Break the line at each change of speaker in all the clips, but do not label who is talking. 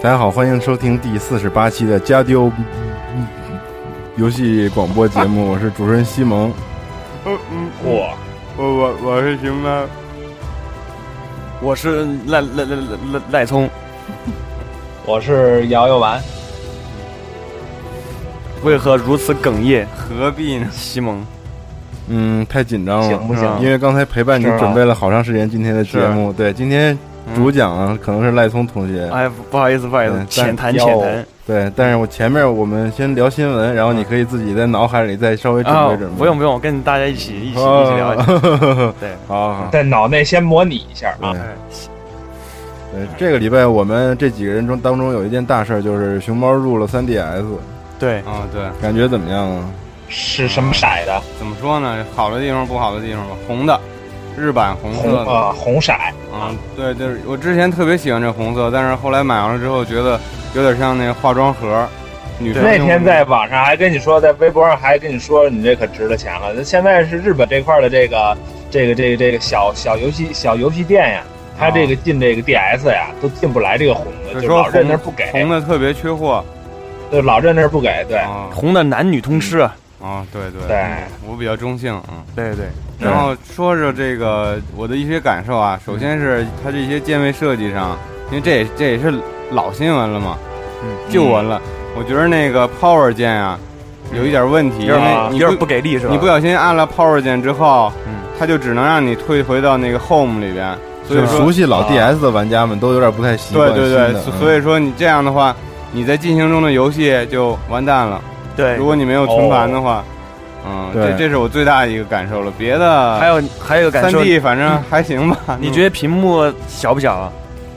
大家好，欢迎收听第四十八期的《加丢游戏广播节 目》，我是主持人西蒙。
嗯嗯，我我我我是熊猫，
我是赖赖赖赖赖聪，
我是瑶瑶丸。
为何如此哽咽？
何必呢？
西蒙，
嗯，太紧张了，
行不行
嗯因为刚才陪伴你
是啊
准备了好长时间今天的节目，对，今天主讲啊、可能是赖聪同学，
啊嗯哎，不好意思，不好意思
嗯，
浅谈啊
但
浅谈
对，但是我前面我们先聊新闻，然后你可以自己在脑海里再稍微准
啊
备准备，，
不用不用，我跟大家一起一起一起
哦
聊，对，
好
啊
好。
在脑内先模拟一下啊，
嗯
对对，这个礼拜我们这几个人中当中有一件大事儿，就是熊猫入了 3DS，
哦对，
啊、对，
感觉怎么样啊？
是什么色的？
怎么说呢？好的地方，不好的地方吧。红的，日版红
红
色的，
啊、红色，
嗯，对，就是我之前特别喜欢这红色，但是后来买完了之后，觉得有点像那化妆盒，女生
那
用
天在网上还跟你说，在微博上还跟你说，你这可值了钱了。那现在是日本这块的这个这个这个这个小小游戏小游戏店呀，它这个进这个 DS 呀，都进不来这个红的，
啊就
就
说
老
红
认那儿不给，
红的特别缺货
就老认那儿不给。对
啊
红的男女通吃，
啊，对对
对，
我比较中性啊。嗯
对对，
对
然后说说这个我的一些感受啊，首先是它这些键位设计上，因为这也这也是老新闻了嘛，
嗯
嗯
旧闻了。我觉得那个 power 键啊，有一点问题，因
有
为
点
你
有点不
不
给力是吧？
你不小心按了 power 键之后
嗯，
它就只能让你退回到那个 home 里边，所
就
以
是
说啊
熟悉老 DS 的玩家们都有点不太习惯嗯
对对对，
嗯
所所
以
以说你这样的话，你在进行中的游戏就完蛋了。
对
如，果你没有存盘的话，嗯，
对
这这是我最大的一个感受了。别的
哦还有还有一个感
三
受，嗯
D 反正还行吧。嗯
你觉得屏幕小不小啊？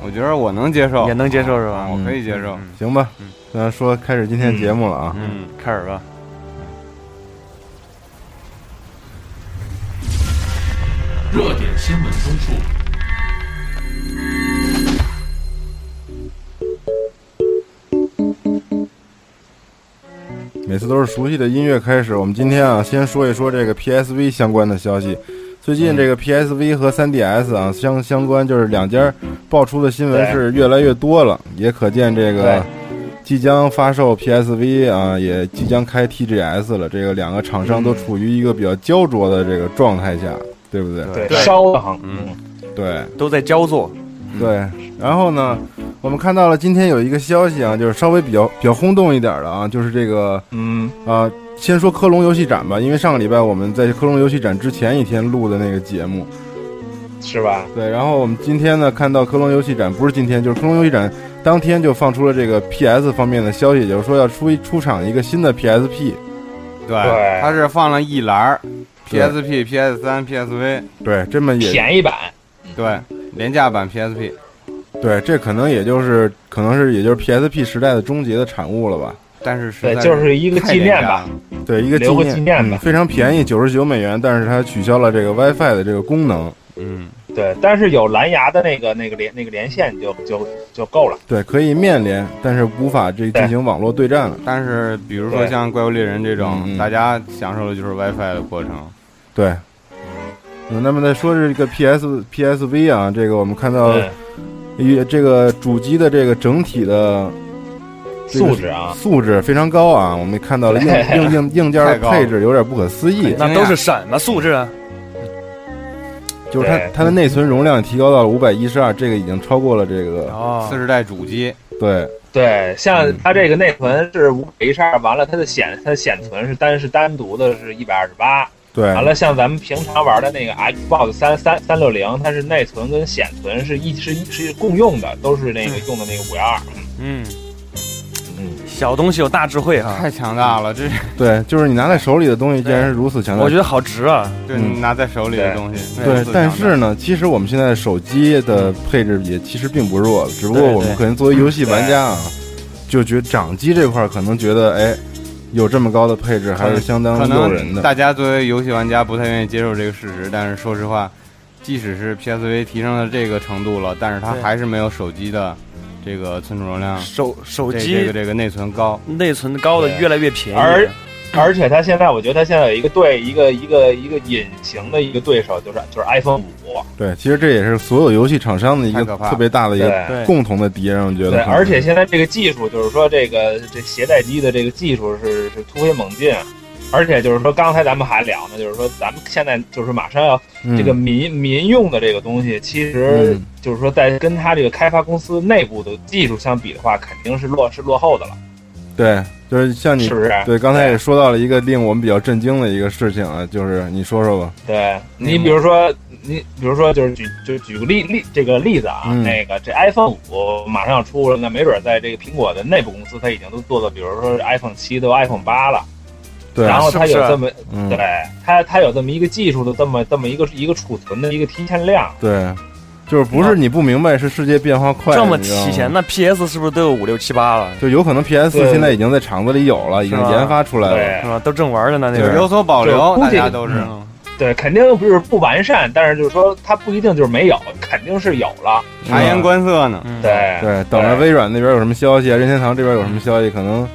我觉得我能接受，
也能接受是吧
啊我可以接受。
嗯
行吧
嗯，
那说开始今天节目了啊。
嗯，
开始吧，
热点新闻综述。
每次都是熟悉的音乐开始。我们今天啊，先说一说这个 PSV 相关的消息。最近这个 PSV 和 3DS 啊相相关，就是两家爆出的新闻
对
是越来越多了，也可见这个
对
即将发售 PSV 啊，也即将开 TGS 了。这个两个厂
嗯
商都处于一个比较焦灼的这个状态下，对不对？
对
烧的很。
嗯
对
都在焦作，
对。然后呢，我们看到了今天有一个消息啊，就是稍微比较比较轰动一点的啊，就是这个
嗯，
啊，先说科隆游戏展吧，因为上个礼拜我们在科隆游戏展之前一天录的那个节目，
是吧？
对，然后我们今天呢看到科隆游戏展，不是今天，就是科隆游戏展当天就放出了这个 PS 方面的消息，也就是说要出一出厂一个新的 PSP，
对，
对
它是放了一栏儿
对
，PSP、PS 三、PSV，
对，这么也
便宜版，
对，
嗯
廉价版 PSP，
对，这可能也就是可能是也就是 PSP 时代的终结的产物了吧，
但是实
对，
在
就是一个
太
纪念
廉价
版
了。。
对，一个纪
留个
念
纪念吧
嗯非常便宜，九十九美元，但是它取消了这个 WiFi 的这个功能，
嗯，
对，但是有蓝牙的那个那个连那个连线就就就够了。
对，可以面连，但是无法这进
对
行网络对战了。
但是比如说
对
像怪物猎人这
嗯
种，
嗯
大家享受的就是 WiFi 的过程。
对。嗯，那么再说这个 PS PSV 啊，这个我们看到
呃
嗯，
也这个主机的这个整体的这个
素质啊，
素质非常高啊，我们看到了硬硬硬硬件的配置有点不可思议，
那都是什么素质啊？
就是它
对
它的内存容量提高到了五百一十二，这个已经超过了这个
啊
哦
四十代主机，
对
对，像
嗯
它这个内存是五百一十二，完了它的显它的显存是单是单独的是一百二十八，
对，
完了，像咱们平常玩的那个 Xbox 三三三六零，它是内存跟显存是一是一是共用的，都是那个用的那个五幺二。
嗯，
嗯，
小东西有大智慧
啊
啊哈，
太强大了，这是
对，就是你拿在手里的东西竟然是如此强大。
我觉得好值啊。
对
嗯
拿在手里的东西。那
对
是，
但
强
是
哎的
呢，其实我们现在手机的配置也其实并不弱，只不过
对
我们
对
可能作为游戏玩家啊，就觉得掌机这块儿可能觉得，哎，有这么高的配置还是相当
可
诱人
能
的。
大家作为游戏玩家不太愿意接受这个事实，但是说实话，即使是 PSV 提升到这个程度了，但是它
对
还是没有手机的这个存储容量，
手手
这这个
机
这个内存高。
内存高的
对
越来越便宜，
而而且它现在，我觉得它现在有一个对一个一个一个隐形的一个对手，就是就是 iPhone 五。
对，其实这也是所有游戏厂商的一个
太可怕
特别大的一个
对
对
共同的敌人，我觉
对，
得。
而且现在这个技术，就是说这个这携带机的这个技术是是突飞猛进，啊而且就是说刚才咱们还聊呢，就是说咱们现在就是马上要
嗯
这个民、民用的这个东西，其实
嗯
就是说在跟它这个开发公司内部的技术相比的话，肯定是落是落后的了，
对，就是像你
是不是？
嗯对刚才也说到了一个令我们比较震惊的一个事情啊，就是你说说吧。
对你
嗯
比如说，你比如说就是举就举个例例这个例子啊，
嗯
那个这 iPhone 五马上要出了，那没准在这个苹果的内部公司，它已经都做到，比如说 iPhone 七都 iPhone 八了，
对，啊
然后它有
是不是
这么
嗯，
对它它有这么一个技术的这么这么一个一个储存的一个提前量，
对，就是不是你不明白，是世界变化快，
这么
你知道吗
提前，那 PS 是不是都有五六七八了？
就有可能 PS
对
现在已经在厂子里有了，已经
是吧
研发出来了。
对
是吧？都正玩着呢，那
就是
边
有所保留，
对
大
估计
家都是。
对，肯定不是不完善，但是就是说它不一定就是没有，肯定是有了，
察言观色呢。
嗯
对
对，等着微软那边有什么消息，啊任天堂这边有什么消息，可能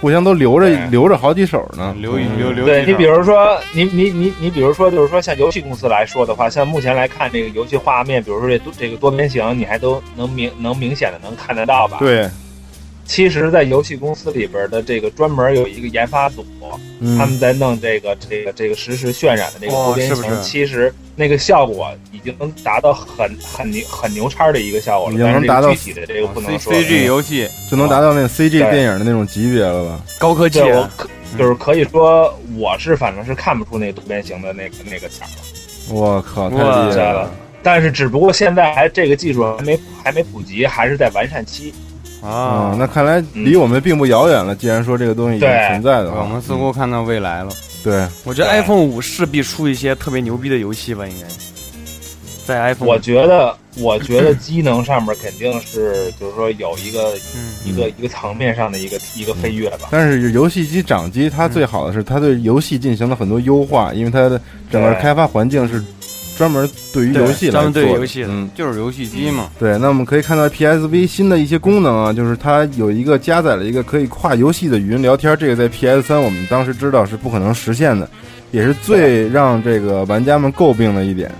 互相都留着
对
留着好几手呢。
留一
嗯
留留
对你
几手
比如说，你你你你比如说，就是说像游戏公司来说的话，像目前来看这个游戏画面，比如说这多这个多边形，你还都能明能明显的能看得到吧？。
对，
其实，在游戏公司里边的这个专门有一个研发组，他
嗯，
们在弄这个这个这个实时渲染的那个
哦
多边
是不是
形，其实那个效果已经能达到很很牛很牛叉的一个效果
已
了，
经
但是
能
这
达
个
到
具体的这个不能
哦 C
说。嗯
C G 游戏，
就能达到那 CG
对
电影的那种级别了吧？
高科技啊
对，我可就是可以说，我是反正是看不出那个多边形的那个那个点儿了。
我靠，太
哇
厉
对
害
了
了！，
但是只不过现在还这个技术还没还没普及，还是在完善期。
啊
啊，，
那看来离我们并不遥远了。既然说这个东西已经
对
存在的话，
我们似乎看到未来了。
对
我觉得
对
iPhone 五势必出一些特别牛逼的游戏吧，应该在
嗯
iPhone
我觉得，我觉得机能上面肯定是，就是说有一个
嗯
一个一个层面上的一个一个飞跃吧。
但是游戏机掌机它最好的是它对游戏进行了很多优化，因为它的整个
对
开发环境是专门对于
对
游戏来
专门对
做的
游戏的
嗯，
就是游戏机嘛，
对，那我们可以看到 PSV 新的一些功能啊，就是它有一个加载了一个可以跨游戏的语音聊天，这个在 PS 三我们当时知道是不可能实现的，也是最让这个玩家们诟病的一点。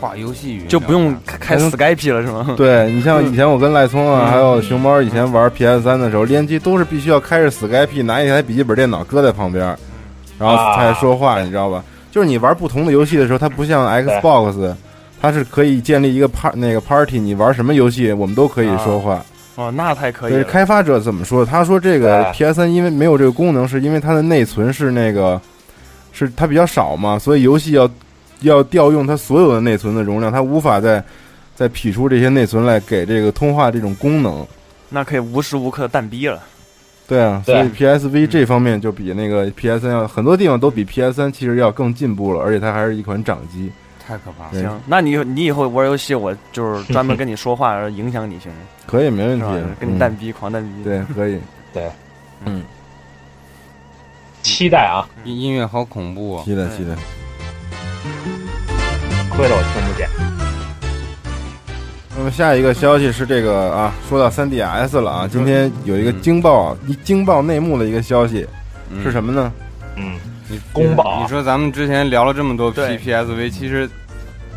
画游戏语
就不用开开
嗯
Skype 了是吗？
对你像以前我跟赖聪啊，
嗯
还有熊猫以前玩 PS 三的时候，联机都是必须要开着 Skype，拿一台笔记本电脑搁在旁边，然后才说话，你知道吧？就是你玩不同的游戏的时候，它不像 Xbox，它是可以建立一个 par 那个 party，你玩什么游戏我们都可以说话。
哦，那太可以
对，
了。
开发者怎么说？他说这个 PS 三因为没有这个功能，是因为它的内存是那个是它比较少嘛，所以游戏要要调用它所有的内存的容量，它无法再再匹出这些内存来给这个通话这种功能。
那可以无时无刻的蛋逼了。
对啊，所
对
以 PSV 这方面就比那个 PS 三要很多地方都比 PS 三其实要更进步了，而且它还是一款掌机。
太可怕了。
对
行，那你你以后玩游戏，我就是专门跟你说话，然后影响你，行吗？
可以，没问
是
题
吧？跟你
嗯
蛋逼，狂蛋逼。
对，可以。
期待啊，
音音乐好恐怖啊！
期待
对
期待。
亏了我听不见。
那么下一个消息是这个啊，说到 3DS 了啊，今天有一个
嗯
惊爆啊一惊爆内幕的一个消息
嗯
是什么呢？
嗯，
你
公报
你说咱们之前聊了这么多 P
对
PSV，其实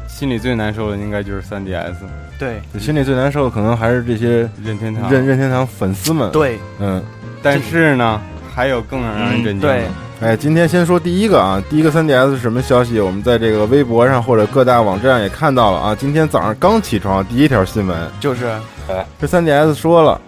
心里最难受的应该就是 3DS
对
嗯
就心里最难受的可能还是这些
任天堂。
任任天堂粉丝们。，
对
嗯，
但是呢，还有更让人
嗯
震惊
对
的，，
哎，今天先说第一个啊，第一个 3DS 是什么消息？我们在这个微博上或者各大网站也看到了啊。今天早上刚起床，第一条新闻，
就是
这 3DS 说了，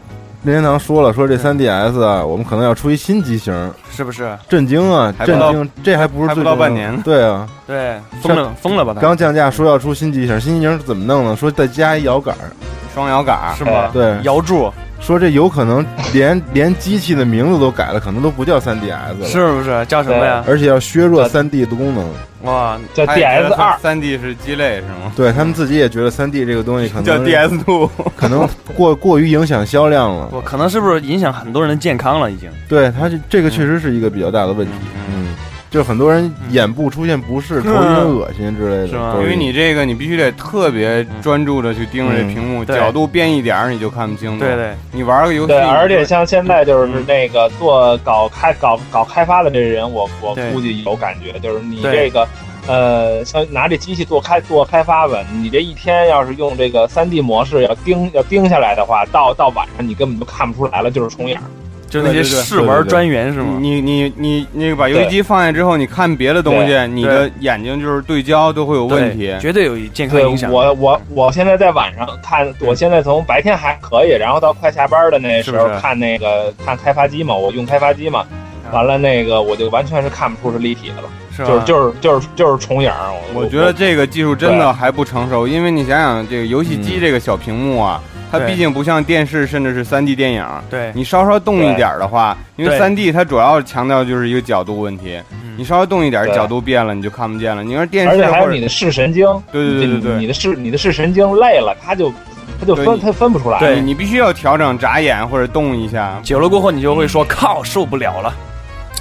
任天堂说了，说这
嗯
3DS 啊，我们可能要出一新机型，
是不是？
震惊啊，
还不
震
到
惊！这还不是
还不
最
到
重要
半年
对啊，
对，疯了疯了吧他？
刚降价说要出新机型，新机型是怎么弄呢？说再加一摇杆儿，
双摇杆儿，
是吗？
哎对，
啊摇柱
说这有可能连连机器的名字都改了，可能都不叫 3DS 了，，
是啊呃不是叫什么呀？
而且要削弱 3D 的功能。
哇，
叫
哎
DS 呃二，
三 D 是鸡肋是吗？
对他们自己也觉得 3D 这个东西可能
叫 DS Two，
可能过过于影响销量 了。
我可能是不是影响很多人的健康了？已经
对，它这
嗯
这个确实是一个比较大的问题。嗯，就很多人眼部出现不适、头晕、恶心之类的，
嗯是吗
都
因
是
为你这个你必须得特别专注的去盯着这屏幕，
对
角度变一点儿你就看不清了。
对，对，
你玩个游戏，
对，而且像现在
嗯
就是那个做搞开搞搞开发的这人，我我
对
估计有感觉，就是你
对
这个，呃，像拿这机器做开做开发吧，你这一天要是用这个三 D 模式要盯要盯下来的话，到到晚上你根本就看不出来了，就是重影儿。
就那
对
些
对对
试玩专员是吗？
你你你你那个把游戏机放下之后，你看别的东西，你的眼睛就是对焦都会有问题
对。绝对有健康
对
影响。
我我我现在在晚上看，我现在从白天还可以，然后到快下班的那时
是
候
不是啊
看那个看开发机嘛，我用开发机嘛，完了那个我就完全是看不出是立体的了，
是
就是
吧？
就是就是就是重影儿。
我觉得这个技术真的还不成熟，因为你想想这个游戏机这个小屏幕啊，它
嗯对
毕竟不像电视甚至是 3D 电影，
对，
你稍稍动一点儿的话，因为
对
3D 它主要强调就是一个角度问题，
嗯
你稍微动一点儿
对
角度变了你就看不见了。你要是电
而
视
且还
或
有你
者
的视神经，
对对对对
你
对
你的视你的视神经累了，它就它就
对
分
你
它分不出来。
对
你你必须要调整眨眼或者动一下。
久了过后，你就会说靠，受不了了。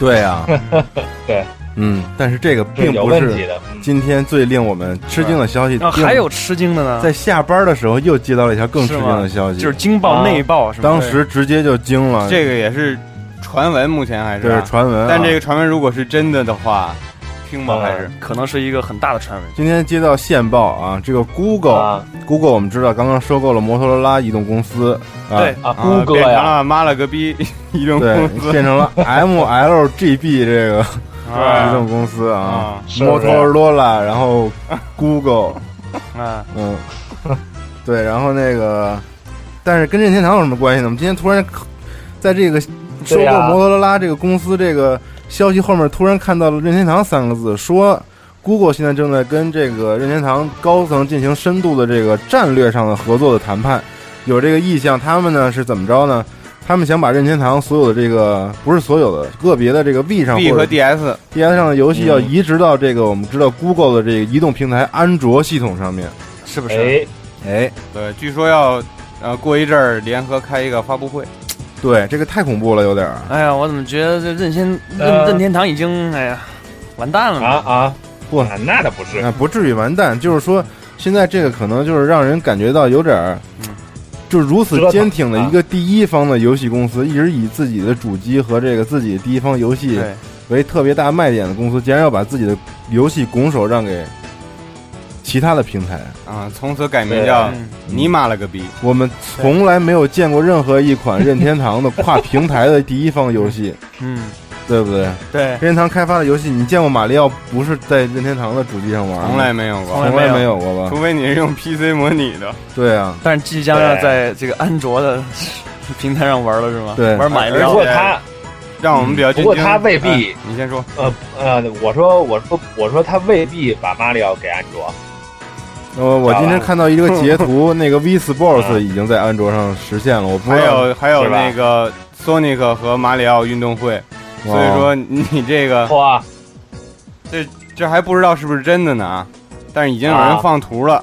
对啊，
对，
嗯，但是这个
是
并
有
不
问题
是
的。嗯
今天最令我们吃惊的消息。
然后啊还有吃惊的
啊
呢，
在下班的时候又接到了一条更吃惊的消息，
就是惊爆
啊
内爆是吗？
当时直接就惊
嗯
了，
这个也是传闻，目前还是
这是传闻啊。
但这个传闻如果是真的的话，听
啊
吧还是
对嗯可能是一个很大的传闻。
今天接到线报啊，这个 Google
啊
Google 我们知道刚刚收购了摩托罗拉移动公司啊，
对
啊，
啊
谷歌
变成
呀，
了妈了个逼 移动
对
公司，
变成了 MLGB 这个移
啊
动公司啊，
啊，
是
摩
不是
托罗拉，然后 Google，
啊，
嗯， 对，然后那个，但是跟任天堂有什么关系呢？我们今天突然在这个收购
对呀
摩托罗拉这个公司这个消息后面，突然看到了任天堂三个字，说 Google 现在正在跟这个任天堂高层进行深度的这个战略上的合作的谈判，有这个意向。他们呢是怎么着呢？他们想把任天堂所有的这个不是所有的个别的这个 V 上
B
或
和
者
DS
DS 上的游戏要
嗯
移植到这个我们知道 Google 的这个移动平台安卓系统上面。
是不是？
哎，
哎，
对，据说要呃过一阵儿联合开一个发布会，
对，这个太恐怖了，有点儿。
哎呀，我怎么觉得这任天任
呃
任天堂已经哎呀完蛋了
啊
呢？
啊，
不
啊那倒不是
啊，不至于完蛋，就是说现在这个可能就是让人感觉到有点儿
嗯，
就是如此坚挺的
折腾
一个第一方的游戏公司，一直以自己的主机和这个自己第一方游戏
对，
为特别大卖点的公司，竟然要把自己的游戏拱手让给其他的平台。
啊，从此改名叫
嗯
你妈了个逼，
我们从来没有见过任何一款任天堂的跨平台的第一方游戏，
嗯，
对不对？
对，
任天堂开发的游戏，你见过马里奥不是在任天堂的主机上玩
嗯
吗？
从来没有过，
从来没有过吧？
除非你是用 PC 模拟的，
对啊，
但是即将要
对
在这个安卓的 平台上玩了是吗？
对
玩买
不
料
过他
让我们比较
不
震
过
惊。
他未必
啊你先说，
呃呃，我说我说我说他未必把马里奥给安卓，
呃，我今天
啊
看到一个截图， 那个 V Sports
啊
已经在安卓上实现了，我不知
哎
还
道。
有还有
是吧
那个 Sonic 和马里奥运动会，所以
哇，
说你这个
哇，
这还不知道是不是真的呢啊，但是已经有人
啊
放图了。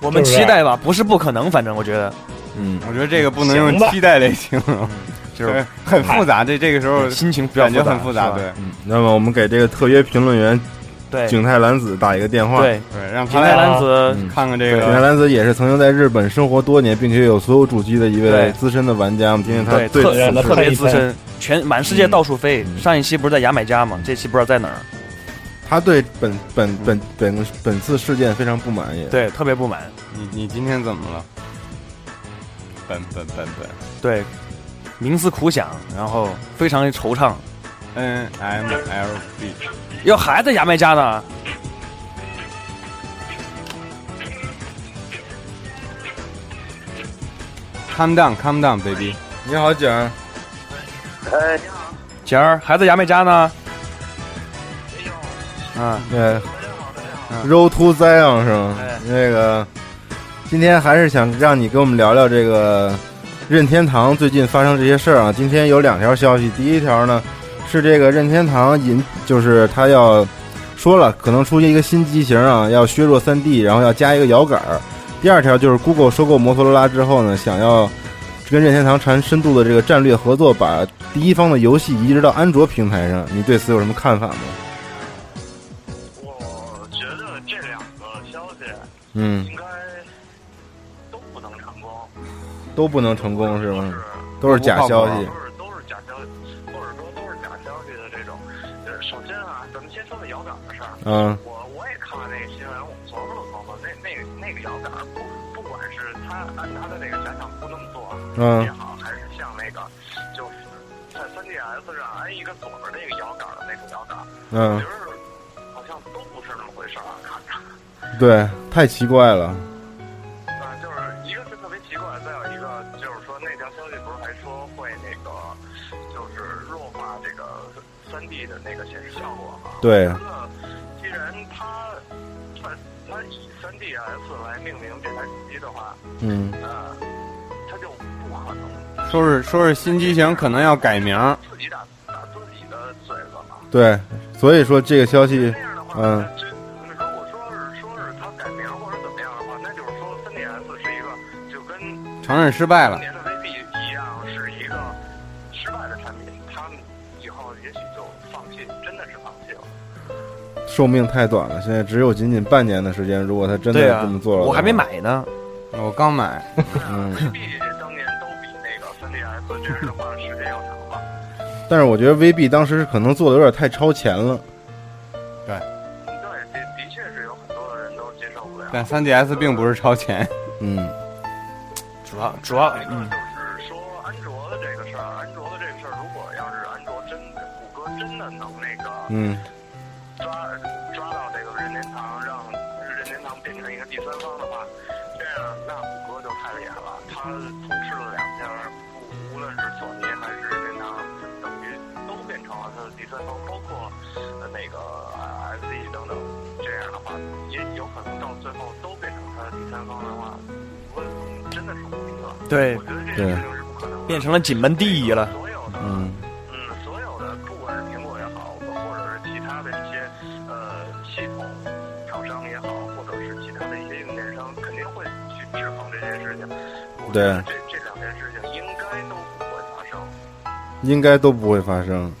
我们
是不
啊
期
是
待吧，不是不可能，反正我觉得
嗯，
我觉得这个不能用
行吧
期待来形容，
就是
很复杂。这这个时候
心情比较
感觉很复杂，
是吧
对
那么我们给这个特约评论员
对
景泰蓝子打一个电话。
对，
对，让
平
他
台
来
男子
嗯
看看这
景
个
泰蓝子也是曾经在日本生活多年，并且有所有主机的一位
对
资深的玩家。我们今天他
对
对
特
此
让他
特
看
别
一
资深，全满世界
嗯
到处飞。上一期不是在牙买加吗？这期不知道在哪儿，
他对本本本本本次事件非常不满意。
对，特别不满。
你你今天怎么了？本本本本
对，冥思苦想，然后非常惆怅。
N M L B，
哟，还在牙买加呢？
Calm down, calm down, baby。
你好，景儿，
哎，你好，
景儿，孩子牙没扎呢？
没有，
嗯，
对
大家好，大家好。
，Road to Zion 是吗？那个，今天还是想让你跟我们聊聊这个任天堂最近发生这些事儿啊。今天有两条消息，第一条呢是这个任天堂引，就是他要说了，可能出现一个新机型啊，要削弱 3D，然后要加一个摇杆儿。第二条就是 Google 收购摩托罗拉之后呢，想要跟任天堂谈深度的这个战略合作，把第一方的游戏移植到安卓平台上。你对此有什么看法吗？
我觉得这两个消息
嗯，
应该都不能成功，
都不能成功是
都
吗？
是
都是假消
都
息。
是都是假消息，或者说都是假消息的这种。呃，首先啊，咱们先说的摇杆的事儿。
嗯
我我也看了那个新闻，我昨儿都琢磨，那那个那个摇杆，不不管是他按他的那个假想图那么做，也
嗯
好，还是像那个就是在 3DS 上安一个左边那个摇杆的那种摇杆，其
嗯，
实好像都不是那么回事儿啊，看着。
嗯对，太奇怪了。
呃，就是一个是特别奇怪，再有一个就是说那条消息不是还说会那个就是弱化这个三 D 的那个显示效果吗？
对
那既然它它它以三 DS 来命名这台机的话，
嗯
呃，它就不可能
说是说是新机型可能要改名儿，
自己打打自己的嘴巴嘛。
对，所以说这个消息
那样的话，
嗯
那真如果说是说是它改名或者怎么样的话，那就是说三 DS 是一个就跟
承认失败了
当。年的 VB 一样是一个失败的产品，他们以后也许就放弃，真的是放弃了。
寿命太短了，现在只有仅仅半年的时间。如果他真
对
的
啊
这么，做了，
我还没。买呢。
我刚买，
嗯，
VB 当年都比那个 3DS 真是花的时间要长吧？
但是我觉得 VB 当时可能做的有点太超前了。
对，的的确是有很多人都接受不了。
但 3DS 并不是超前。
嗯
主要主要嗯
一个
嗯
就是说安卓的这个事儿，安卓的这个事儿，如果要是安卓真的谷歌真的能那个
嗯，
抓抓到这个任天堂，让任天堂变成一个第三方的话，这样那谷歌就太厉害了。他从事了两家，不无论是索尼还是任天堂，等于都变成了他的第三方，包括呃那个 SE 等等。这样的话，也有可能到最后都变成他的第三方的话，我真的是无敌了。
对
我，觉得这件事情是不可能的。
变成了紧门第一了。
所有的
嗯
嗯，所有的不管是苹果也好，或者是其他的一些呃系统厂商也好，或者是其他的一些硬件商，肯定会去制衡这件事情。我觉得这这两件事情应该都不会发生，
应该都不会发生。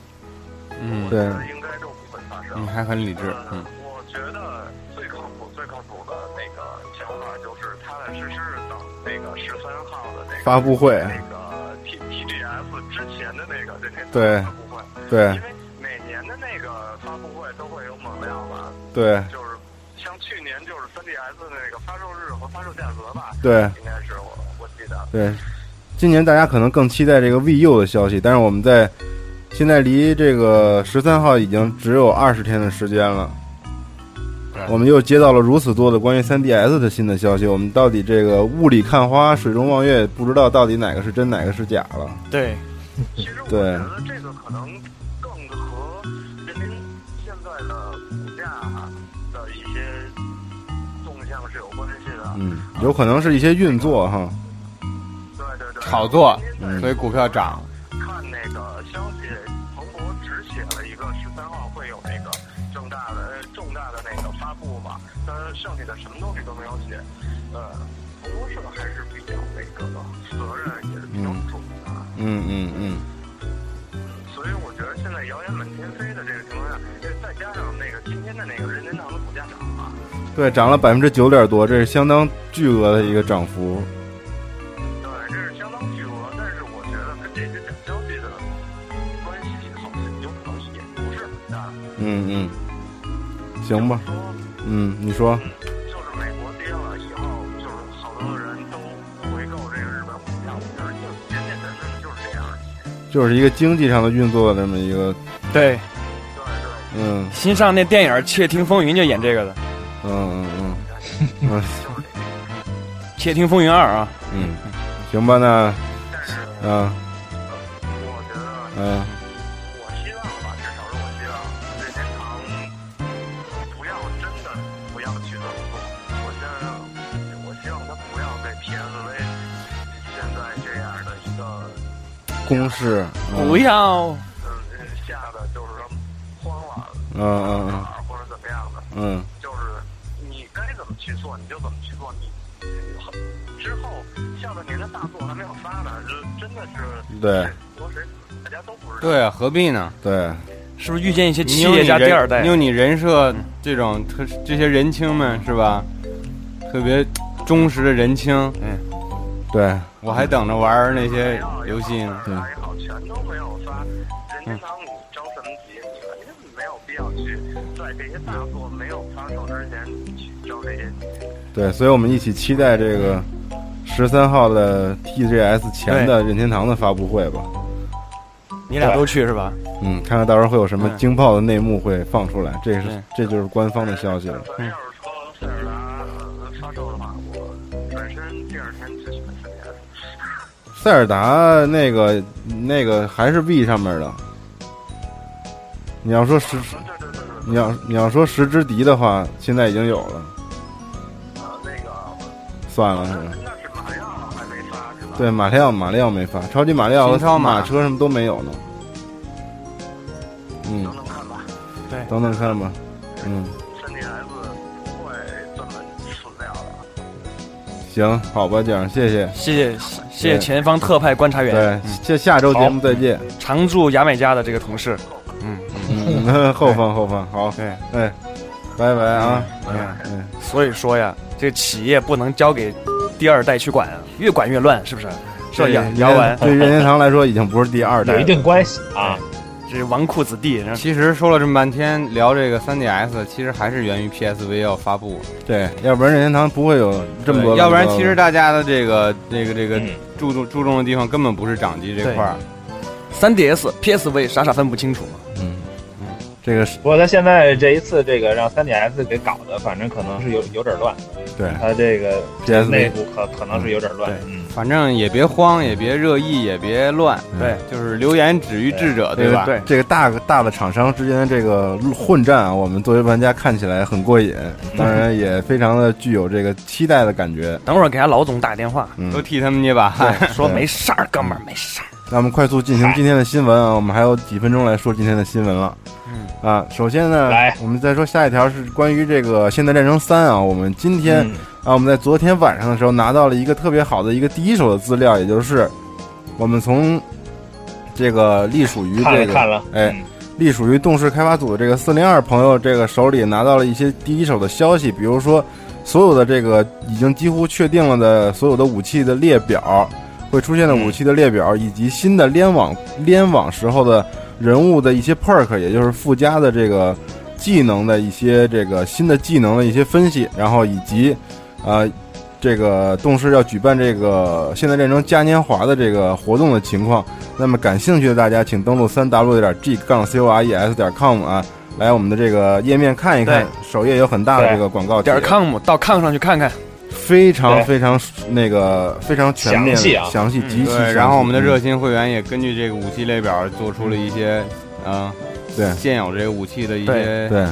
嗯，
对，
呃应该都不会发生
你。还很理智。
呃
嗯，，
我觉得最靠谱、最靠谱的那个想法就是踏踏实实等那个十三号的那个
发布会
那个 T T G F 之前的那个任天堂
对
发布会。
对
因为每年的那个发布会都会有猛料吧，
对
就是像去年就是 3DS 的那个发售日和发售价格吧，
对
应该是我我记得。
对，今年大家可能更期待这个 VU 的消息，但是我们在现在离这个十三号已经只有二十天的时间了。我们又接到了如此多的关于 3DS 的新的消息，我们到底这个雾里看花，水中望月，不知道到底哪个是真，哪个是假了。
对，
其实我觉
对
得这个可能更和人民现在的股价啊的一些动向是有关系的。
嗯，有可能是一些运作哈。
对对对，
炒作
今天在
嗯
所以股票涨。
看那个消息，彭博只写了一个十三号会有那个重大的呃重大的那个发布嘛，但是剩下的什么东西都没有写。呃，彭博社还是比较那个责任也是比较重的，啊
嗯嗯嗯，
所以我觉得现在谣言满天飞的这个情况下，呃再加上那个今天的那个任天堂的股价涨啊，
对，涨了百分之九点多，这是相当巨额的一个涨幅。
对，这是相当巨额，但是我觉得跟这些假消息的关系好像有可能也不是很大。
嗯嗯，行吧，
说
嗯，你说，
就是美国跌了以后，就是好多人都回购这个日本股票，我觉得就简简单单就是这样。
就是一个经济上的运作的这么一个，
对，
对对，
嗯
新上那电影《窃听风云》就演这个的，
嗯嗯嗯嗯
就是这样。
《窃听风云二》啊，
嗯，行吧，那
但是
嗯
我觉得
嗯
我希望吧，至少是我希望任天堂不要真的不要去这么做。我现在我希望他不要被 PSV 现在这样的一个
公式，嗯
不要，
嗯吓得就是说慌了，
嗯嗯嗯
啊或者怎么样的，
嗯
就是你该怎么去做你就怎么去做，你之后下半年的大作还没有发呢，就真的是
嗯，对
说谁大家都不知道。
对啊，何必呢？
对，
是不是遇见一些
你
企
有
业
你
家
人
第二代
啊
你？有你人设这种特这些人青们是吧？特别忠实的人青，
对，
我还等着玩儿那些游戏呢。
对，还好全都没有发。任天堂，你着什么急？你肯定没有必要去在这些大作没有发售之前去着这些急。
对，所以我们一起期待这个十三号的 TGS 前的任天堂的发布会吧。
你俩都去是吧？
嗯，看看到时候会有什么惊爆的内幕会放出来，这是
对
这就是官方的消息了。
但凡要是说塞尔达呃发售的话，我转身第二天就去买 3DS。
塞尔达那个那个还是 V 上面的。你要说十，
对对对对，
你要你要说十之敌的话，现在已经有了，
呃，那个
算了是吧？
那是马里奥还没发是吧？
对，马里奥马里奥没发，超级马里奥和
新超马
马车什么都没有呢。嗯，
等等看吧
等等看吧。嗯，
，3DS 不会这么死掉的。
行，好吧，这样谢谢。
谢谢谢
对
谢前方特派观察员，
嗯
对，下下周节目再见。
常驻牙买加的这个同事。
嗯，后方后方好，
对，
哎，拜拜啊。
哎所以说呀，这个企业不能交给第二代去管啊，越管越乱，是不是？是吧？
对
姚
任
姚文，
对任天堂来说已经不是第二代
有
了
一。定关系啊。
这是纨绔子弟，然后
其实说了这么半天，聊这个 3DS，其实还是源于 PSV 要发布，
对，要不然任天堂不会有这么多。
要不然其实大家的这个这个这个
嗯
注重注重的地方根本不是掌机这块儿，
3DS、PSV 傻傻分不清楚嘛。
嗯这个是
不过他现在这一次这个让 3DS 给搞的，反正可能是有有点乱，
对
他这个内
PSV
部可可能是有点乱。嗯，
反正也别慌，也别热议，也别乱，
嗯
对，
就是留言止于智者，
这
吧？
个这个大大的厂商之间的这个混战啊，我们作为玩家看起来很过瘾，当然也非常的具有这个期待的感觉。
等会儿给他老总打电话，
嗯
都，替他们捏把汗。
说没事儿，哥们儿没事儿。
那我们快速进行今天的新闻啊，我们还有几分钟来说今天的新闻了。嗯啊，首先呢
来，
我们再说下一条是关于这个《现代战争三》啊，我们今天、
嗯
啊，我们在昨天晚上的时候拿到了一个特别好的一个第一手的资料，也就是我们从这个隶属于
看
这
了
个
看了，
哎
嗯，
隶属于动视开发组的这个四零二朋友这个手里拿到了一些第一手的消息，比如说所有的这个已经几乎确定了的所有的武器的列表，会出现的武器的列表，以及新的联网联网时候的人物的一些 perk，也就是附加的这个技能的一些这个新的技能的一些分析，然后以及呃。这个动视要举办这个现代战争嘉年华的这个活动的情况，那么感兴趣的大家，请登录三 w 点 g 杠 c o r e s 点 com 啊，来我们的这个页面看一看，首页有很大的这个广告
点
帖
com 到炕上去看看，
非常
对
非常那个非常全面、
详细啊
详细极其详
对，
细。
然后我们的热
嗯
心会员也根据这个武器列表做出了一些，嗯，
对
现有这个武器的一
对
些
对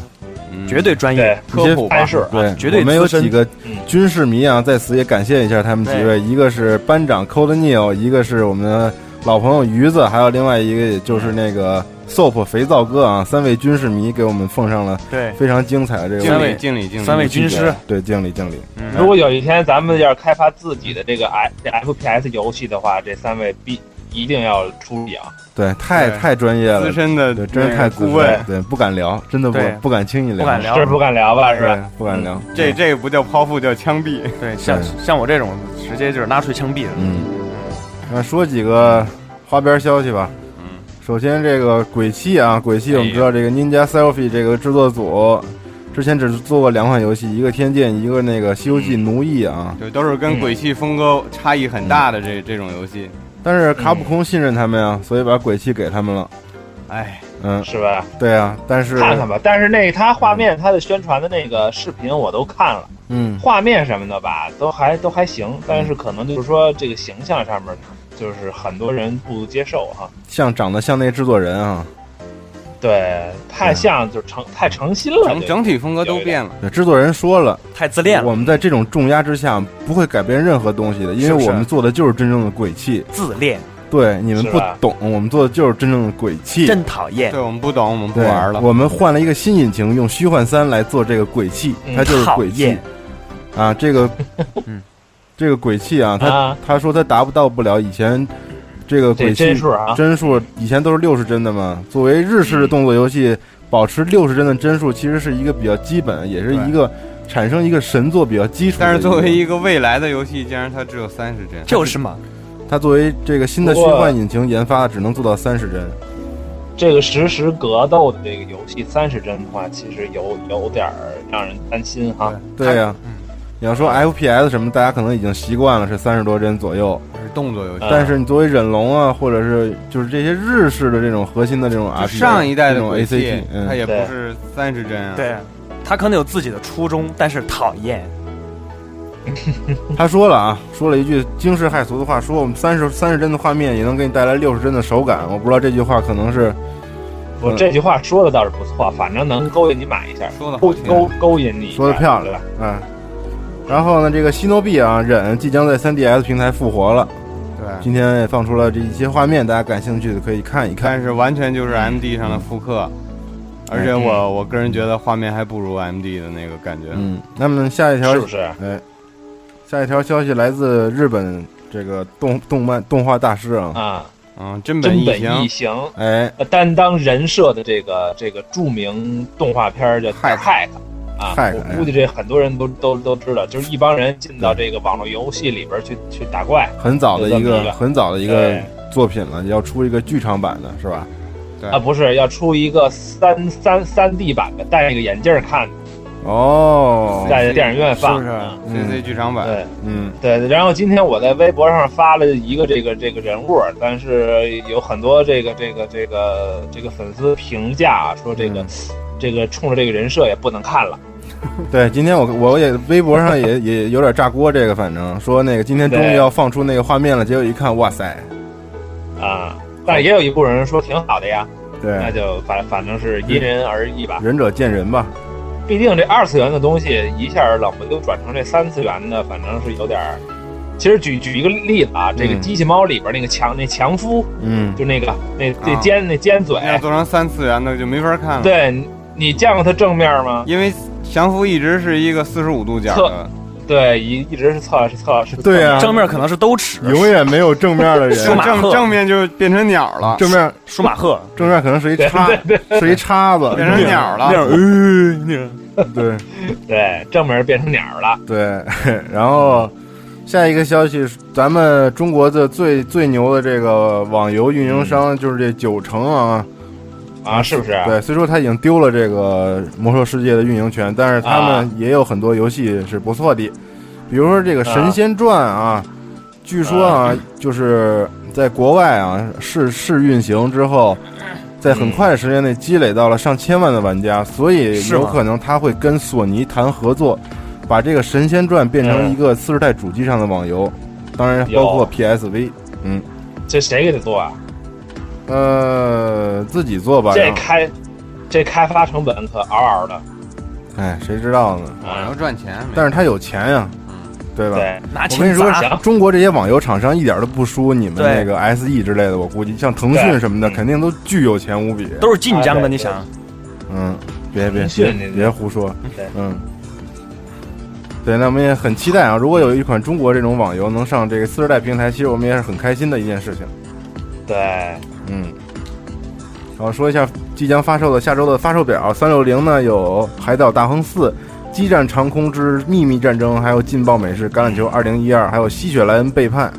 嗯
绝对专业
对。
科普吧
暗。示
对，
绝对
我们有
资深
几个
嗯
军事迷啊，在此也感谢一下他们几位，一个是班长 Cold Neil，一个是我们的老朋友鱼子，还有另外一个也就是那个 Soap 肥皂哥啊，三位军事迷给我们奉上了
对，
非常精彩的这个
敬
三
礼，
位
敬礼，敬礼。
三位军师，
对敬礼敬礼。
嗯
如果有一天咱们要是开发自己的这个 F FPS 游戏的话，这三位必一定要出力啊！
对，太
对
太专业了
资，深的
对，真是太
顾
顾
问
问，，对，不敢聊，真的不
对
不敢轻易聊，
不敢聊
是不敢聊吧？是吧？
对，不敢聊。
这这个不叫剖腹，叫枪毙。
嗯
对，像
对
像我这种直接就是拉出去枪毙了。
嗯，那说几个花边消息吧。
嗯，
首先这个鬼泣啊，鬼泣我们知
哎
道这个 Ninja Selfie 这个制作组之前只做过两款游戏，一个《天剑》，一个那个《西游记奴役》啊。
对，都是跟鬼泣风格差异很大的这这种游戏。
嗯
但是卡普空信任他们呀、所以把鬼泣给他们了。
哎，
嗯，
是吧？
对啊，但是
看看吧。但是那它画面它的宣传的那个视频我都看了，
嗯
画面什么的吧，都还都还行，但是可能就是说这个形象上面，就是很多人不接受哈。
像长得像那制作人啊，
对，太像就是成太诚心了，
整
这个
整体风格都变了。
对制作人说了，
太自恋了，
我们在这种重压之下不会改变任何东西的，因
是不
为
是
我们做的就是真正的鬼泣。
自恋，
对，你们
是
不
吧
懂，我们做的就是真正的鬼泣。
真讨厌
对，我们不懂，我们不
对，
玩了。
我们换了一个新引擎，用虚幻三来做这个鬼泣，
嗯
它就是鬼
讨
泣
厌
啊。这个，嗯，这个鬼泣啊，他
啊，
他说他达不到不了以前这个
这
鬼泣
帧数啊，
帧数，以前都是六十帧的嘛。作为日式的动作游戏，保持六十帧的帧数其实是一个比较基本，也是一个产生一个神作比较基础的一个。
但是作为一个未来的游戏，竟然它只有三十
嗯
帧，
就是嘛，
它作为这个新的虚
不过
幻引擎研发，只能做到三十帧。
这个实时格斗的这个游戏三十帧的话，其实有有点儿让人担心哈。
对呀、
嗯
你要说 FPS 什么，大家可能已经习惯了是三十多帧左右，
是动作游戏。
嗯
但是你作为忍龙啊，或者是就是这些日式的这种核心的这种
就
RPG，
上一代
这
的
种
鬼
ACT，
泣，它
嗯，
也不
对
是三十帧啊。，
对，他可能有自己的初衷，但是讨厌，
他说了啊，说了一句惊世骇俗的话，说我们三十三十帧的画面也能给你带来六十帧的手感。我不知道这句话可能是
我
嗯
这句话说的倒是不错，反正能勾引你买一下，
说的
勾勾勾引你一下，
说的漂亮
对吧？，
嗯。然后呢，这个西诺币啊，忍即将在 3DS 平台复活了。
对，
今天也放出了这一些画面，大家感兴趣的可以看一看。
但是完全
嗯
就是 MD 上的复刻，而且我我个人觉得画面还不如 MD 的那个感觉。
嗯，那么下一条
是不是？
哎，下一条消息来自日本这个动动漫动画大师啊，
啊，
嗯，真本
真
异
本异
形，
形。
嗯
哎，
呃担当人设的这个这个著名动画片儿叫《
Hack
派克》啊，
Hack，哎
我估计这很多人都都都知道，就是一帮人进到这个网络游戏里边儿去去打怪，
很早的一
有这么一
个
个
很早的一个
对
作品了，要出一个剧场版的是吧？
对
啊，不是要出一个三三三 D 版的，戴着个眼镜儿看，
哦，
在电影院放，
是不
啊
是？CC 剧场版，
对
嗯，
对，然后今天我在微博上发了一个这个这个人物，但是有很多这个这个这个这个粉丝评价啊说这个、
嗯
这个冲着这个人设也不能看了，
对，今天我我也微博上也也有点炸锅，这个反正说那个今天终于
对
要放出那个画面了，结果一看，哇塞，
啊，但是也有一部分人说挺好的呀，那
对，
就反反正是因人而异吧。
仁者见仁吧，
毕竟这二次元的东西一下冷不丁转成这三次元的，反正是有点儿。其实举举一个例子啊，这个
嗯
机器猫里边那个强那强夫，
嗯，
就那个那那
啊
尖那尖嘴
那，要做成三次元的就没法看了。，
对你你见过他正面吗？
因为降服一直是一个四十五度角的，
对，一一直是侧是侧是。
对啊
呀，
正面可能是兜
嗯
尺，
永远没有正面的人，
舒马
正
赫
正面就变成鸟了，
正面
舒马赫，
正面可能是一叉，是一叉子，
变成鸟了。
对。
对，正面变成鸟了。
对， 然后下一个消息，咱们中国的最最牛的这个网游运营商就是这九城啊。
啊，是不是？
对，虽说他已经丢了这个《魔兽世界》的运营权，但是他们
啊
也有很多游戏是不错的，比如说这个《神仙传》啊，据说啊，就是在国外啊试试运行之后。在很快的时间内积累到了上千万的玩家，所以
是
有
吗
可能他会跟索尼谈合作，把这个《神仙传》变成
嗯
一个次世代主机上的网游，当然包括 PSV。
这谁给他做啊？
呃，自己做吧，
这
然后
开这开发成本可嗷嗷的。
哎，谁知道呢？
网游
啊，
嗯赚钱，
但是他有钱呀，对吧？
对，
拿
我跟
钱
你说
砸，，
中国这些网游厂商一点都不输你们
对
那个 SE 之类的，我估计像腾讯
对
什么的，
嗯
肯定都巨有钱无比。
都是晋江的，
哎
你想，
嗯，别别
腾讯
别
那
别胡说
对，
嗯。对，那我们也很期待啊！如果有一款中国这种网游能上这个次世代平台，其实我们也是很开心的一件事情。
对，
嗯，好，说一下即将发售的下周的发售表，三六零呢有《海岛大亨四》。激战长空之秘密战争，还有劲爆美式橄榄球二零一二，还有吸血莱恩背叛，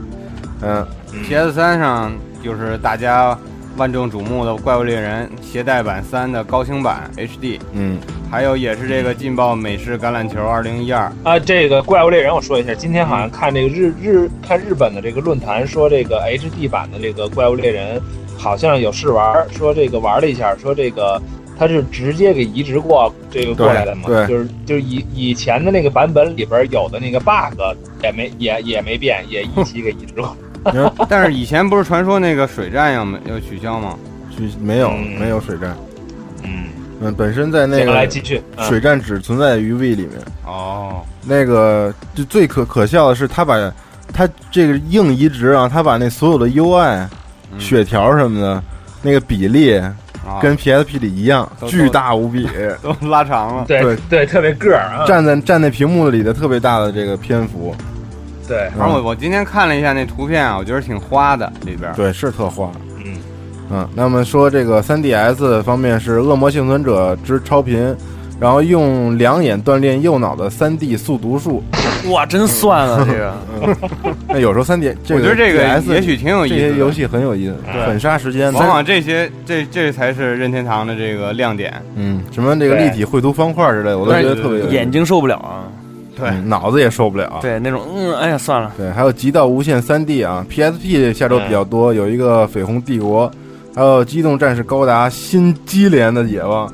嗯，
PS 三上就是大家万众瞩目的《怪物猎人》携带版三的高清版 HD，
嗯，
还有也是这个劲爆美式橄榄球二零一二，
啊，这个怪物猎人，我说一下，今天
嗯
好像看这个日日看日本的这个论坛说，这个 HD 版的这个怪物猎人好像有试玩儿，说这个玩了一下，说这个它是直接给移植过这个过来的嘛，
对对
就是就是以以前的那个版本里边有的那个 bug 也没也也没变，也一起给移植过。
但是以前不是传说那个水战要没要取消吗？
去没有
嗯
没有水站，
嗯，
嗯，本身在那
接下来
个
继续，嗯、
水站只存在于 V 里面。
哦，
那个就最可可笑的是，他把他这个硬移植啊，他把那所有的 UI、
嗯
血条什么的，那个比例
啊
跟 PSP 里一样，
都
巨大无比，
都拉长了，
对
对
对，特别个儿啊，
占在占在屏幕里的特别大的这个篇幅。
对，
反正我我今天看了一下那图片啊，我觉得挺花的里边儿。
对是特花。
嗯
嗯，那么说这个 3DS 方面是《恶魔幸存者之超频》，然后用两眼锻炼右脑的 3D 速读术。
哇，真算啊，这个
嗯那有时候 3D 这
我
个
觉得这个
DS
也许挺有
这
意思
些
的。
游戏很有意思，很杀时间。
往往这些这这才是任天堂的这个亮点。
嗯，什么这个立体绘图方块之类的，我都觉得特别有意思
眼睛受不了啊。
对
嗯脑子也受不了。
对，那种嗯，哎呀，算了，
对，还有《极道无限三 D》啊，PSP 下周比较多，有一个《绯红帝国》，还有《机动战士高达》新机联的野望，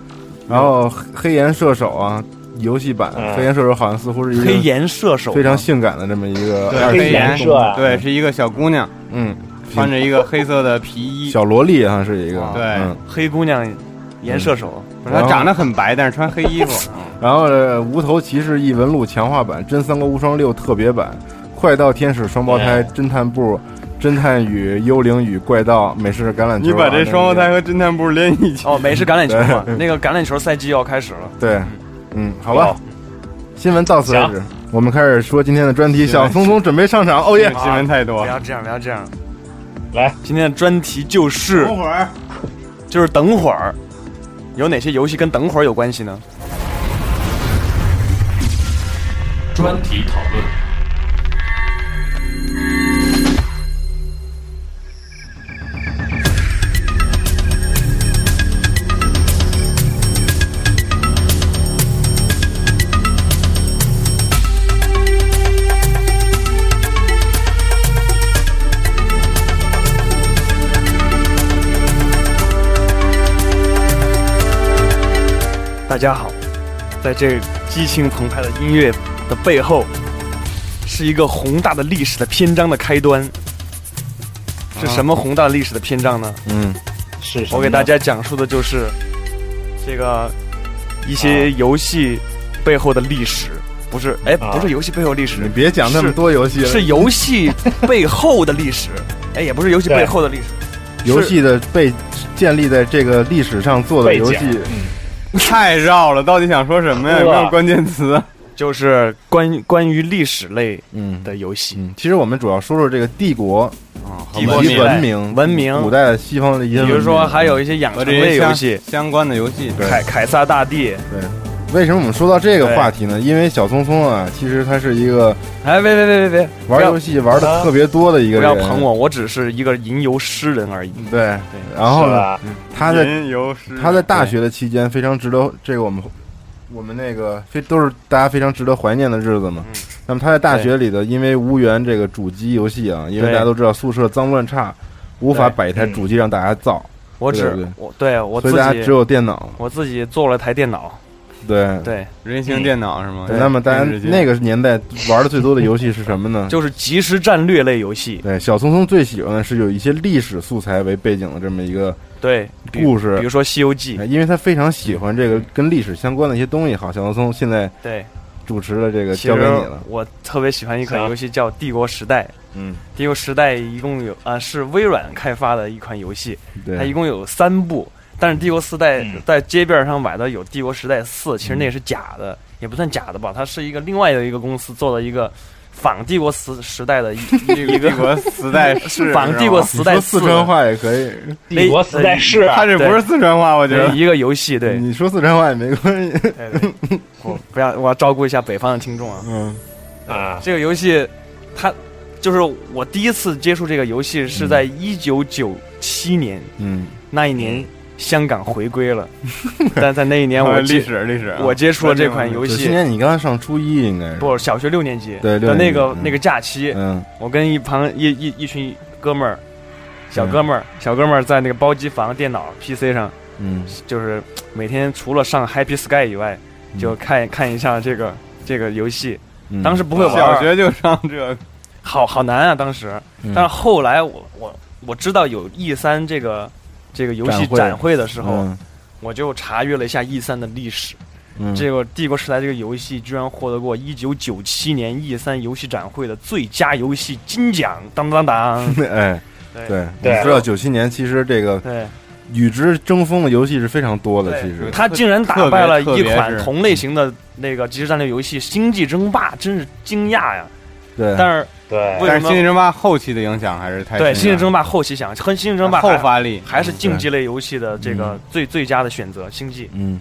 然后黑《黑岩射手》啊，游戏版
嗯
《黑岩射手》好像似乎是
黑
一个
岩射手啊
非常性感的这么一个
对，
二
黑
黑
岩
岩
社啊
对，是一个小姑娘，
嗯
穿着一个黑色的皮衣，
小萝莉啊是一个
对
嗯
黑姑娘，岩射手，
不是她长得很白，但是穿黑衣服。
然后呃《无头骑士异闻录》强化版，《真三国无双六》特别版，《快盗天使双胞胎侦探部》。侦探与幽灵与怪盗，美式橄榄球啊、
你把这双胞胎
那
和侦探部连一起，
哦，美式橄榄球嘛，那个橄榄球赛季要开始了。
个对，嗯，好吧，新闻到此为止，我们开始说今天的专题。
新闻
小松松准备上场，哦耶！
新闻太多
不。要这样，不要这样。
来，
今天的专题就是
会儿，
就是等会儿，有哪些游戏跟等会儿有关系呢？
专题讨论。
大家好，在这激情澎湃的音乐的背后，是一个宏大的历史的篇章的开端。是什么宏大的历史的篇章呢？
嗯，
是什么呢
我给大家讲述的就是这个一些游戏背后的历史，不是哎，
啊
不是游戏背后历史
你，别讲那么多游戏了，
是游戏背后的历史。哎，也不是游戏背后的历史，
游戏的被建立在这个历史上做的
背
游
景，
戏，
太绕了，到底想说什么呀？有没有关键词？
就是关关于历史类
嗯
的游戏。
嗯。其实我们主要说说这个帝国啊以
帝国
及
时代
文明，
文明
古代的西方的一些
比
文明，
如说，还有一些养
和
成
这些
类游
相
戏，
相关的游戏。
对
凯凯撒大帝。
为什么我们说到这个话题呢？因为小聪聪啊，其实他是一个
哎，别别别别别，不
玩
要
游戏玩的特别多的一个
不
人。
要捧。我，我只是一个吟游诗人而已。
对，然后
是
呢，
吧？
他在
吟游
嗯
诗
他在大学的期间非常值得这个我们我们那个非都是大家非常值得怀念的日子
嗯
嘛。那么他在大学里的因为无缘这个主机游戏啊，因为
对
大家都知道宿舍脏乱差，无法
对
摆一台
嗯
主机让大家造，
我只
对对对
我对我
所
自
以大家只
己
有嗯电脑。
我自己做了台电脑，
对。
对，
人形电脑是吗？
嗯那么大家
电视机
那个年代玩的最多的游戏是什么呢？
就是即时战略类游戏。
对，小聪聪最喜欢的是有一些历史素材为背景的这么一个
对，比
故事哎
比如说《西游记》，
因为他非常喜欢这个跟历史相关的一些东西。好，小松松现在
对，
主持了这个，
其
交给
实
你了。
我特别喜欢一款
行
游戏叫《帝国时代》。
嗯，
《帝国时代》一共有啊、是微软开发的一款游戏，它一
对，
共有三部。但是《帝国时代》
嗯
在街边上买的有《帝国时代四》，其实那也是假的，也不算假的吧，它是一个另外的一个公司做的一个仿帝国时时代的一一
帝
个
国时代是
仿帝国
是吗
时
说
代
四
四
川话也可以，
帝国时
呃
代是啊
他这不是四川话，我觉
的
得。
一个游戏，对，
你说四川话也没关系。
对对我不要，我要照顾一下北方的听众啊。
嗯，
啊，
这个游戏，它就是我第一次接触这个游戏是在一九九七年，
嗯，
那一年香港回归了，但在那一 年我
历
接
史历史啊，
我接触了这款游
嗯九七
戏，
年你刚上初一应该是，
不，小学六年级
对六
的那
年级
个
嗯
那个假期，
嗯，
我跟一旁一一一群哥们儿小哥们儿，小哥们儿在那个包机房电脑 PC 上，
嗯，
就是每天除了上 Happy Sky 以外，
嗯
就看看一下这个这个游戏。
嗯
当时不会玩儿，
小学就上这个，
好好难啊，当时。
嗯
但是后来我我我知道有 E 三这个这个游戏
展会
展会的时候，
嗯
我就查阅了一下 E 三的历史。
嗯
这个《帝国时代》这个游戏居然获得过1997年 E 三游戏展会的最佳游戏金奖，当 当当！
哎，
对
对，
对
你知道九七年其实这个
对，
与之争锋的游戏是非常多的，其实
他竟然打败了一
特别
款
是
同类型的那个即时战略游戏《星际争霸》，真是惊讶呀！
对，
但是
对
为
但
什
是
么
《星际争霸》后期的影响还是太
对《
深
星
了
际争霸》后期想和《星际争霸》
后
还
发嗯力
还是竞技类游戏的这个最最佳的选择，《星际》。
嗯，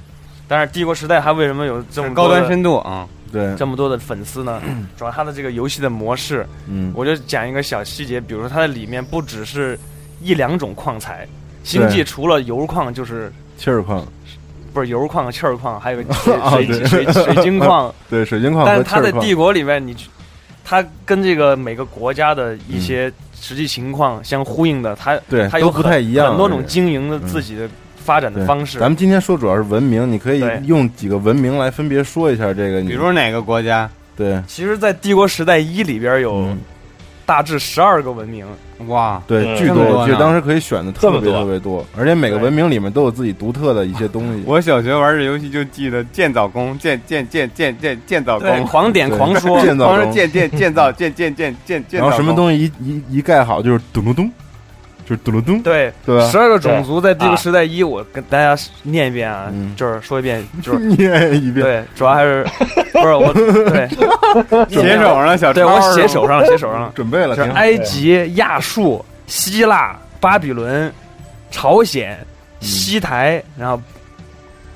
但是《帝国时代》它为什么有这么
高
多的
端深度啊，
对，
这么多的粉 丝呢？主要它的这个游戏的模式，
嗯，
我就讲一个小细节，比如说它的里面不只是一两种矿材，星际除了油矿就是
气儿矿，
不是油矿、气儿矿，还有 一个水
啊对
水水水晶矿。
对，水 晶矿
但
和
是
气
它在
儿矿，
帝国里面，你去它跟这个每个国家的一些实际情况相呼应的，它
嗯对
它
都
有
不太一样
很多
这
种
个嗯
经营的自己的发展的
对
方式。
咱们今天说主要是文明，你可以
对
用几个文明来分别说一下这个，你
嗯
比如哪个国家？
对
其实，在《帝国时代一》里边有
嗯
大致十二个文明，
哇，
对
嗯
巨
这么多
多，
呢
就当时可以选的特别
这么多
特别多，而且每个
对
文明里面都有自己独特的一些东西。
我小学玩这游戏就记得建造工，建建建建建建造
对，
工，
狂点
对
狂 说，
建造
光
工
是建建建造建建建建建造
然后什么东西一一一盖好就是咚咚咚，就是咚咚咚，
对，
对吧
十二个种族在《帝国时代一》，我跟大家念一遍啊，
嗯
就是说一 遍，就是
念一遍，
对，主要还 是不是我对
携手，上小
对
抄
我
是吗
写手上了，写手上 了，
准备了，
就是
挺好
埃及、亚述、希腊、巴比伦、朝鲜、
嗯
西台，然后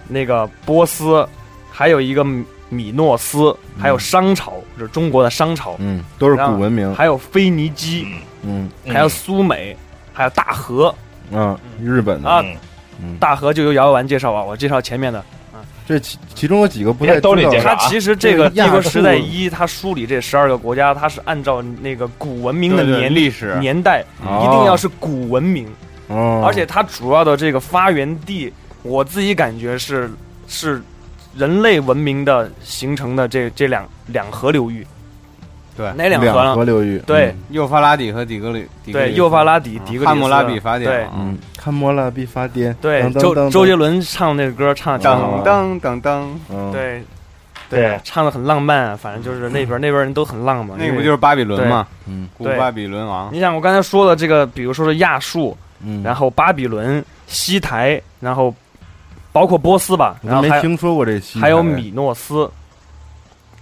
那个波斯，还有一个米米诺斯，还有商朝，就是中国的商朝，
嗯，都是
然后
古文明，
还有腓尼基，
嗯
还有苏美，还有大河
啊，日本的，
啊
嗯，
嗯
大河就由姚丸介绍啊，我介绍前面的。
这其其中有几个不太
别兜里
知
介
道
绍
它其实这个《
这个亚
帝
洲
国时代一》，它梳理这十二个国家，它是按照那个古文明的
对对
年
历史
年代，
哦
一定要是古文明，
哦，
而且它主要的这个发源地，我自己感觉是是人类文明的形成的这这两两河流域。
对嗯
哪两河
两
呢？
河流域，
对
幼发拉底和底格里，底格里
对，
斯
幼发拉底、底格里斯、
嗯汉谟拉比法典
对
啊，
嗯，看摩拉必发癫，
对，
当当
周
当
周杰伦唱那个歌唱
当
唱
噔噔噔噔，
嗯，
对
对，
唱的很浪漫啊，反正就是那边那边人都很浪漫。
那个
因
不
为
就是巴比伦吗？
嗯
古
对
巴比伦王，
你想我刚才说的这个，比如说是亚述，
嗯，
然后巴比伦、西台，然后包括波斯吧，
我
然后
都没
还有
听说过这期，
还有米诺斯，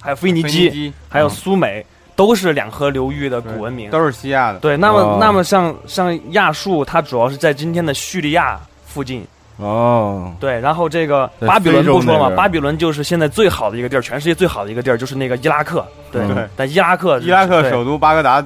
还有腓尼
腓
基，
基嗯
还有苏美，都是两河流域的古
对
文明。
都是西亚的，
对，那么、
哦
那么像像亚述，它主要是在今天的叙利亚附近。
哦，
对，然后这个
在
巴比伦
非洲
不说了
那
嘛，
边
巴比伦就是现在最好的一个地儿，全世界最好的一个地儿就是那个伊拉克。对，
嗯
但伊拉克
伊拉克
对
首都巴格达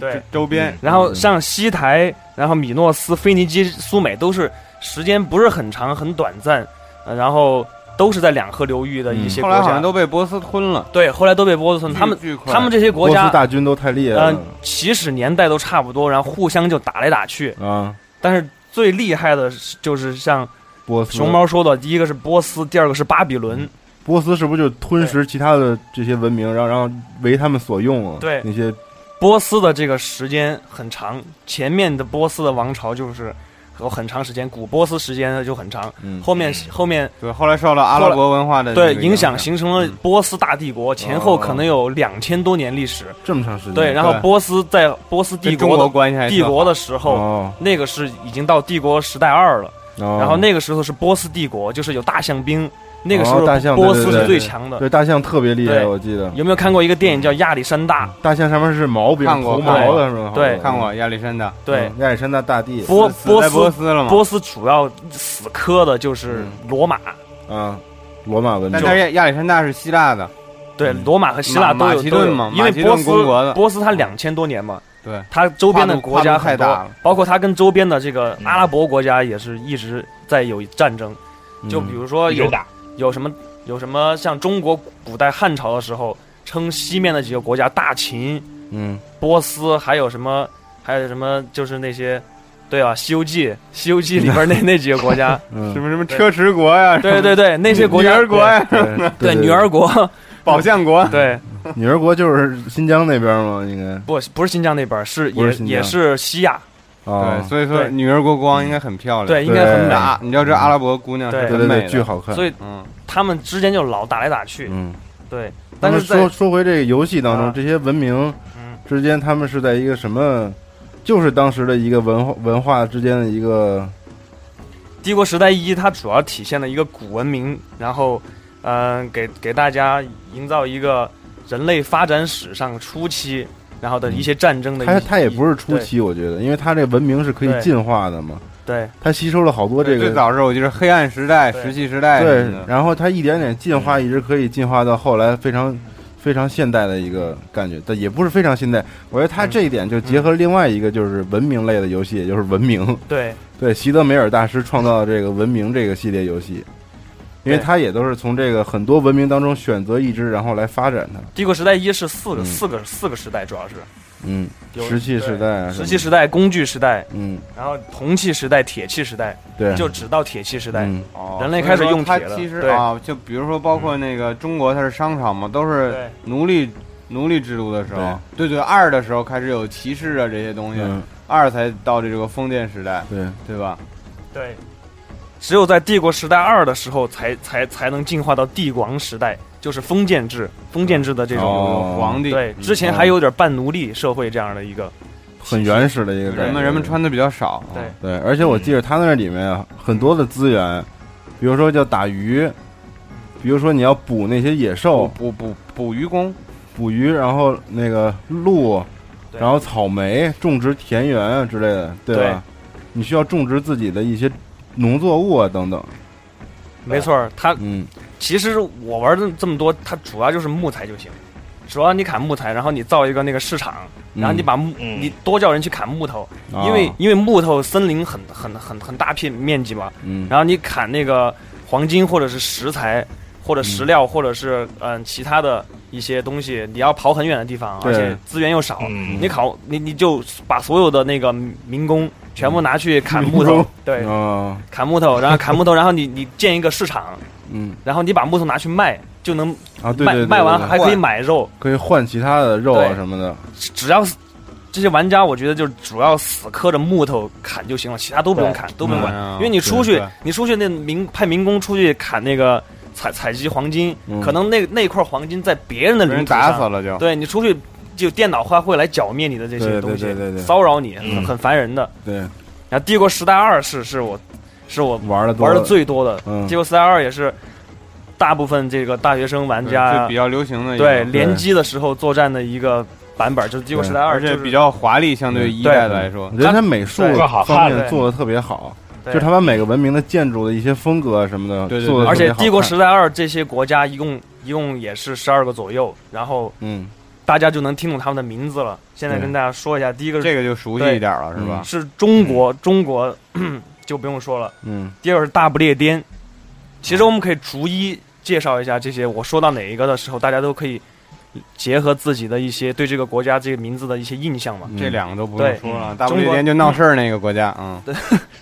对嗯
周周边，
然后像西台，然后米诺斯、腓尼基、苏美都是时间不是很长，很短暂，呃、然后都是在两河流域的一些
嗯后
国
来好
家。
像都被波斯吞了。
对，后来都被波斯吞。他们
巨巨快
他们这些国
波
家
斯，大军都太厉害
嗯、
了
起始年代都差不多，然后互相就打来打去。
啊，
但是最厉害的是就是像
波斯
熊猫说
嗯
的，第一个是波斯，第二个是巴比伦。
波斯是不是就吞食其他的这些文明，然后然后为他们所用啊？
对
那些
波斯的这个时间很长，前面的波斯的王朝就是有很长时间，古波斯时间就很长，
嗯
后面后面
对，后来受到阿拉伯文化的这
对，
个
影响形成
嗯
了波斯大帝国，前后可能有两千多年历史。
这么长时间，
对，然后
对
波斯在波斯帝
跟中
国
国
的
关系还
帝
特好
国的时候，
哦，
那个是已经到帝国时代二了。
然
然后那个时候是波斯帝国，就是有大象兵，那个时
哦
候
大象
波斯
对对
是
对
最强的。
对大象特别厉害，
对
我记得
有没有看过一个电影叫《亚历山大
大象上面是毛病，
看过
头毛的是吧？
对
看过亚历山大，》？
对，
嗯亚历山大大帝，
波
死死在波
斯
斯
嗯
了嘛？
波斯主要死磕的就是罗马，
啊，罗马文
但
明，
是亚亚历山大是希腊的，
对，罗马和希腊
嗯马
都有
马其
都
顿
有
嘛
因
马
为
其
波
顿公国
斯
的嗯
波斯它两千多年嘛，
对，
它周边的国家
跨
很
度太大
多
了，嗯
包括它跟周边的这个阿拉伯国家也是一直在有战争。
嗯
就比如说
一直
有
打，
有什么有什么像中国古代汉朝的时候，称西面的几个国家大秦、
嗯
波斯，还有什么还有什么就是那些对啊，《西游记》《西游记》里 边那那几个国家，
嗯
什么什么车迟国呀，
对对对，那些国
女
家
儿国呀，
对女儿国，
宝相国，
对，
女儿国就是新疆那边吗？应该
不不是新疆那边，是
不
也
是新疆
也是西亚，
啊
对，，所以说
对
女儿国国王应该很漂亮，
对，应该很
对
美。
啊，你知道这阿拉伯姑娘是
对
很
对对
美
对，
的，
巨好看。
所以
嗯，
他们之间就老打来打去，
嗯，
对。
那
但
么
是
说
在
说回这个游戏当中，
啊
这些文明
嗯
之间，他们是在一个什么？就是当时的一个文化文化之间的一个
帝国时代一，它主要体现了一个古文明，然后，嗯、给给大家营造一个人类发展史上初期，然后的一些战争的一
它它嗯也不是初
对
期，我觉得，因为它这文明是可以
对
进化的嘛，
对
它吸收了好多这
最
个
早是我记得黑暗时代、
对
石器时代什
对
么，的，
然后它一点点进
嗯
化，一直可以进化到后来非常非常现代的一个感觉，但也不是非常现代。我觉得它
嗯
这一点就结合另外一个就是文明类的游戏，也就是文明，
对
对，席德梅尔大师创造的这个文明这个系列游戏。因为
对
它也都是从这个很多文明当中选择一支，然后来发展它。
帝国时代一是四个、
嗯
四个四个时代，主要是
嗯，
有
石器时代啊，
石器，时代、工具时代，
嗯，
然后铜器时代、铁器时代，
对，
就只到铁器时代。
嗯
哦
人类开始用铁
所以
了
说它其实
对
啊，就比如说包括那个中国，它是商朝嘛，都是
对
奴隶奴隶制度的时候，对对，二的时候开始有骑士啊这些东西，
嗯，
二才到这个封建时代，
对，
对吧？
对，只有在帝国时代二的时候才，才才能进化到帝王时代，就是封建制，封建制的这种。
哦
皇帝
对，
嗯
之前还有点半奴隶社会这样的一个。
很原始的一个感觉。
人们人们穿的比较少，
对
对，而且我记得他那里面啊，很多的资源，比如说叫打鱼，比如说你要捕那些野
捕
哦
兽，
捕捕捕鱼工，
捕鱼，然后那个鹿，
对
然后草莓，种植田园啊之类的，对吧？你需要种植自己的一些农作物啊等等。
没错儿，它
嗯，
其实我玩的这么多，它主要就是木材就行，主要你砍木材，然后你造一个那个市场，然后你把木，
嗯
你多叫人去砍木头，
啊
因为因为木头森林很很很很大片面积嘛，
嗯，
然后你砍那个黄金或者是石材或者石料或者是嗯、其他的一些东西，你要跑很远的地方，
对
而且资源又少，
嗯
你考你你就把所有的那个民工全部拿去砍木
嗯民
头
工，
对，
啊，
砍木头，然后砍木头，然后你你建一个市场，
嗯
然后你把木头拿去卖，就能
啊，对
卖
对对，
卖完
对
还可以买肉，
可以换其他的肉啊
对
什么的。
只只要是这些玩家，我觉得就是主要死磕着木头砍就行了，其他都不用砍，都不用管，
嗯
因为你出去
对对，
你出去那民派民工出去砍那个采采集黄金，
嗯
可能那那块黄金在别人的
被
领
人
土上
打死，了就。
对你出去。就电脑它会来剿灭你的这
对对
些东西
对对对，
骚扰你，很
嗯
很烦人的。
对，
然后《帝国时代二》是是我是我
玩的
玩的最多的，
嗯
帝国时代二》也是大部分这个大学生玩
对
家
就比较流行的一个
对联机的时候作战的一个版本，就是《帝国时代二
而》，且
就是嗯
比较华丽，相对于一
对
代来说
我，觉得它美术
对
更好看
方面
对
做的特别好。
对
就是他把每个文明的建筑的一些风格啊什么的
对对对
做的，
而且《帝国时代二》这些国家一共一共也是十二个左右，然后
嗯，
大家就能听懂他们的名字了。现在
对
跟大家说一下，第一个
这个啊就熟悉一点了，是吧？
是中国，中国 就不用说了。
嗯
第二个是大不列颠，其实我们可以逐一介绍一下这些。我说到哪一个的时候，大家都可以结合自己的一些对这个国家这个名字的一些印象嘛。
嗯，
这两个都不用
对嗯
说了，大不
中
列
国
颠就闹事儿那个国家，嗯，
对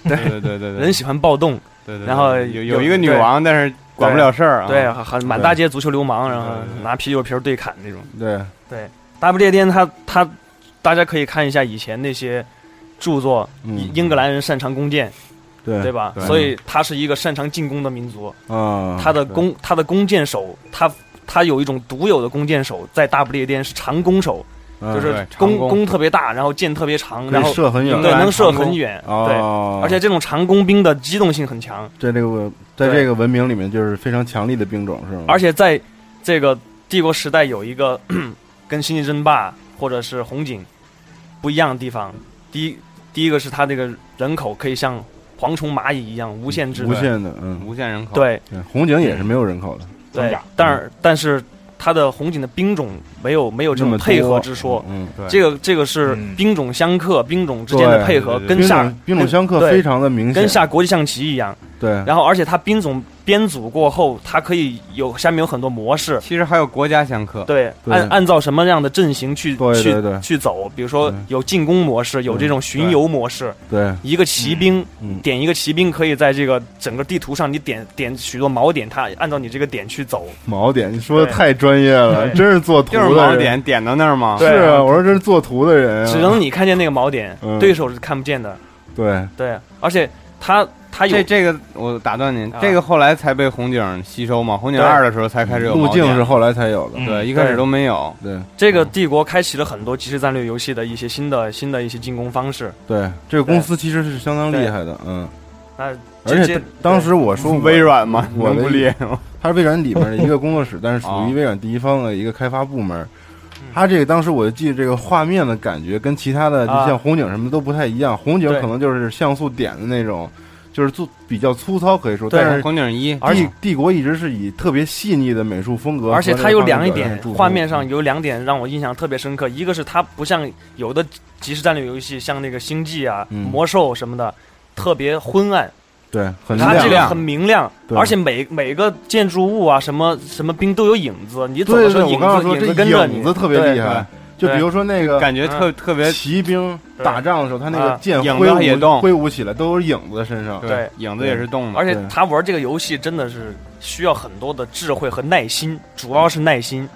对对对对
人
对
喜欢暴动，
对，对
然后
有
有
有一个女王，但是管不了事儿啊，
对，很满大街足球流氓，然后
对对对
拿啤酒瓶儿对砍那种。
对，
大不列颠它，它大家可以看一下以前那些著作，
嗯
英英格兰人擅长弓箭，对
对
吧？
对
所以他是一个擅长进攻的民族，
啊，
他的弓他的弓箭手，他他有一种独有的弓箭手，在大不列颠是长弓手，
嗯
就
对
是
长
弓
弓
弓特别大，然后箭特别长，
可
然
以
后
射很远
对
格兰
能射
长弓
很远，对。
哦，
而且这种长弓兵的机动性很强，
在这个在
对
这个文明里面就是非常强力的兵种是吗？
而且在这个帝国时代有一个 跟《星际争霸》或者是《红警》不一样的地方，第一第一个是它这个人口可以像蝗虫、蚂蚁一样无限制
无
的，
限的，嗯，
无限人口，，
对
对，红警也是没有人口的，
增
对
长，
但是但是它的红警的兵种没有没有这
这么
种
多
配合之说，，
嗯，
对
这个这个是
嗯
兵种相克、兵种之间的配合，
对对对
跟
兵
下
种兵种相克
对
非常的明显，嗯
跟下国际象棋一样，
对，
然后而且它兵种编组过后，它可以有下面有很多模式，
其实还有国家相克，
对，
对
按按照什么样的阵型去
对对对
去去走，比如说
对嗯
有进攻模式，有这种巡游模式，
对，
一个骑兵
嗯嗯
点一个骑兵可以在这个整个地图上你点点许多锚点，它按照你这个点去走，
锚点，你说的太专业了，真是做图
就是
的
锚
人。
点点到那儿嘛
是。啊，我说这是做图的人啊。
只能你看见那个锚点
嗯，
对手是看不见的，
对，
对，而且它它有
这这个我打断您
啊，
这个后来才被红警吸收嘛，红警
对嗯
二的时候才开始有
路
锚
径
点
是后来才有的。
对，一开始都没有。
对
这个帝国开启了很多即时战略游戏的一些新的新的一些进攻方式，
对，这个公司其实是相当厉害的，嗯。
那
而
这
且当时我说我
微，软嘛，
我
能
的
不厉害吗？
它是微软里面的一个工作室，但是属
哦
于微软第一方的一个开发部门。
嗯
它这个当时我记得这个画面的感觉跟其他的，就
啊
像红警什么都不太一样。红警
对
可能就是像素点的那种，就是做比较粗糙可以说，
对
但是
红警一，
而且
帝帝国一直是以特别细腻的美术风格，
而且它有两一点，
著称
画面上有两点让我印象特别深刻，一个是它不像有的即时战略游戏，像那个星际啊、
嗯
魔兽什么的。特别昏暗，
对很
它
亮，
这个很明亮，
对
而且每每个建筑物啊，什么什么兵都有影子，你走
对
的
对
时
对，
候
我
影
刚刚
子
说这
子跟着你，
影子特别厉
对
害，就比如说那个
感觉
嗯
特特别
骑兵
对
打仗的时候，他那个
啊
剑
影子
挥舞
也动
挥舞起来都是影子在身上，
对对，
影子也是动的，
而且
对
他玩这个游戏真的是需要很多的智慧和耐心，主要是耐心。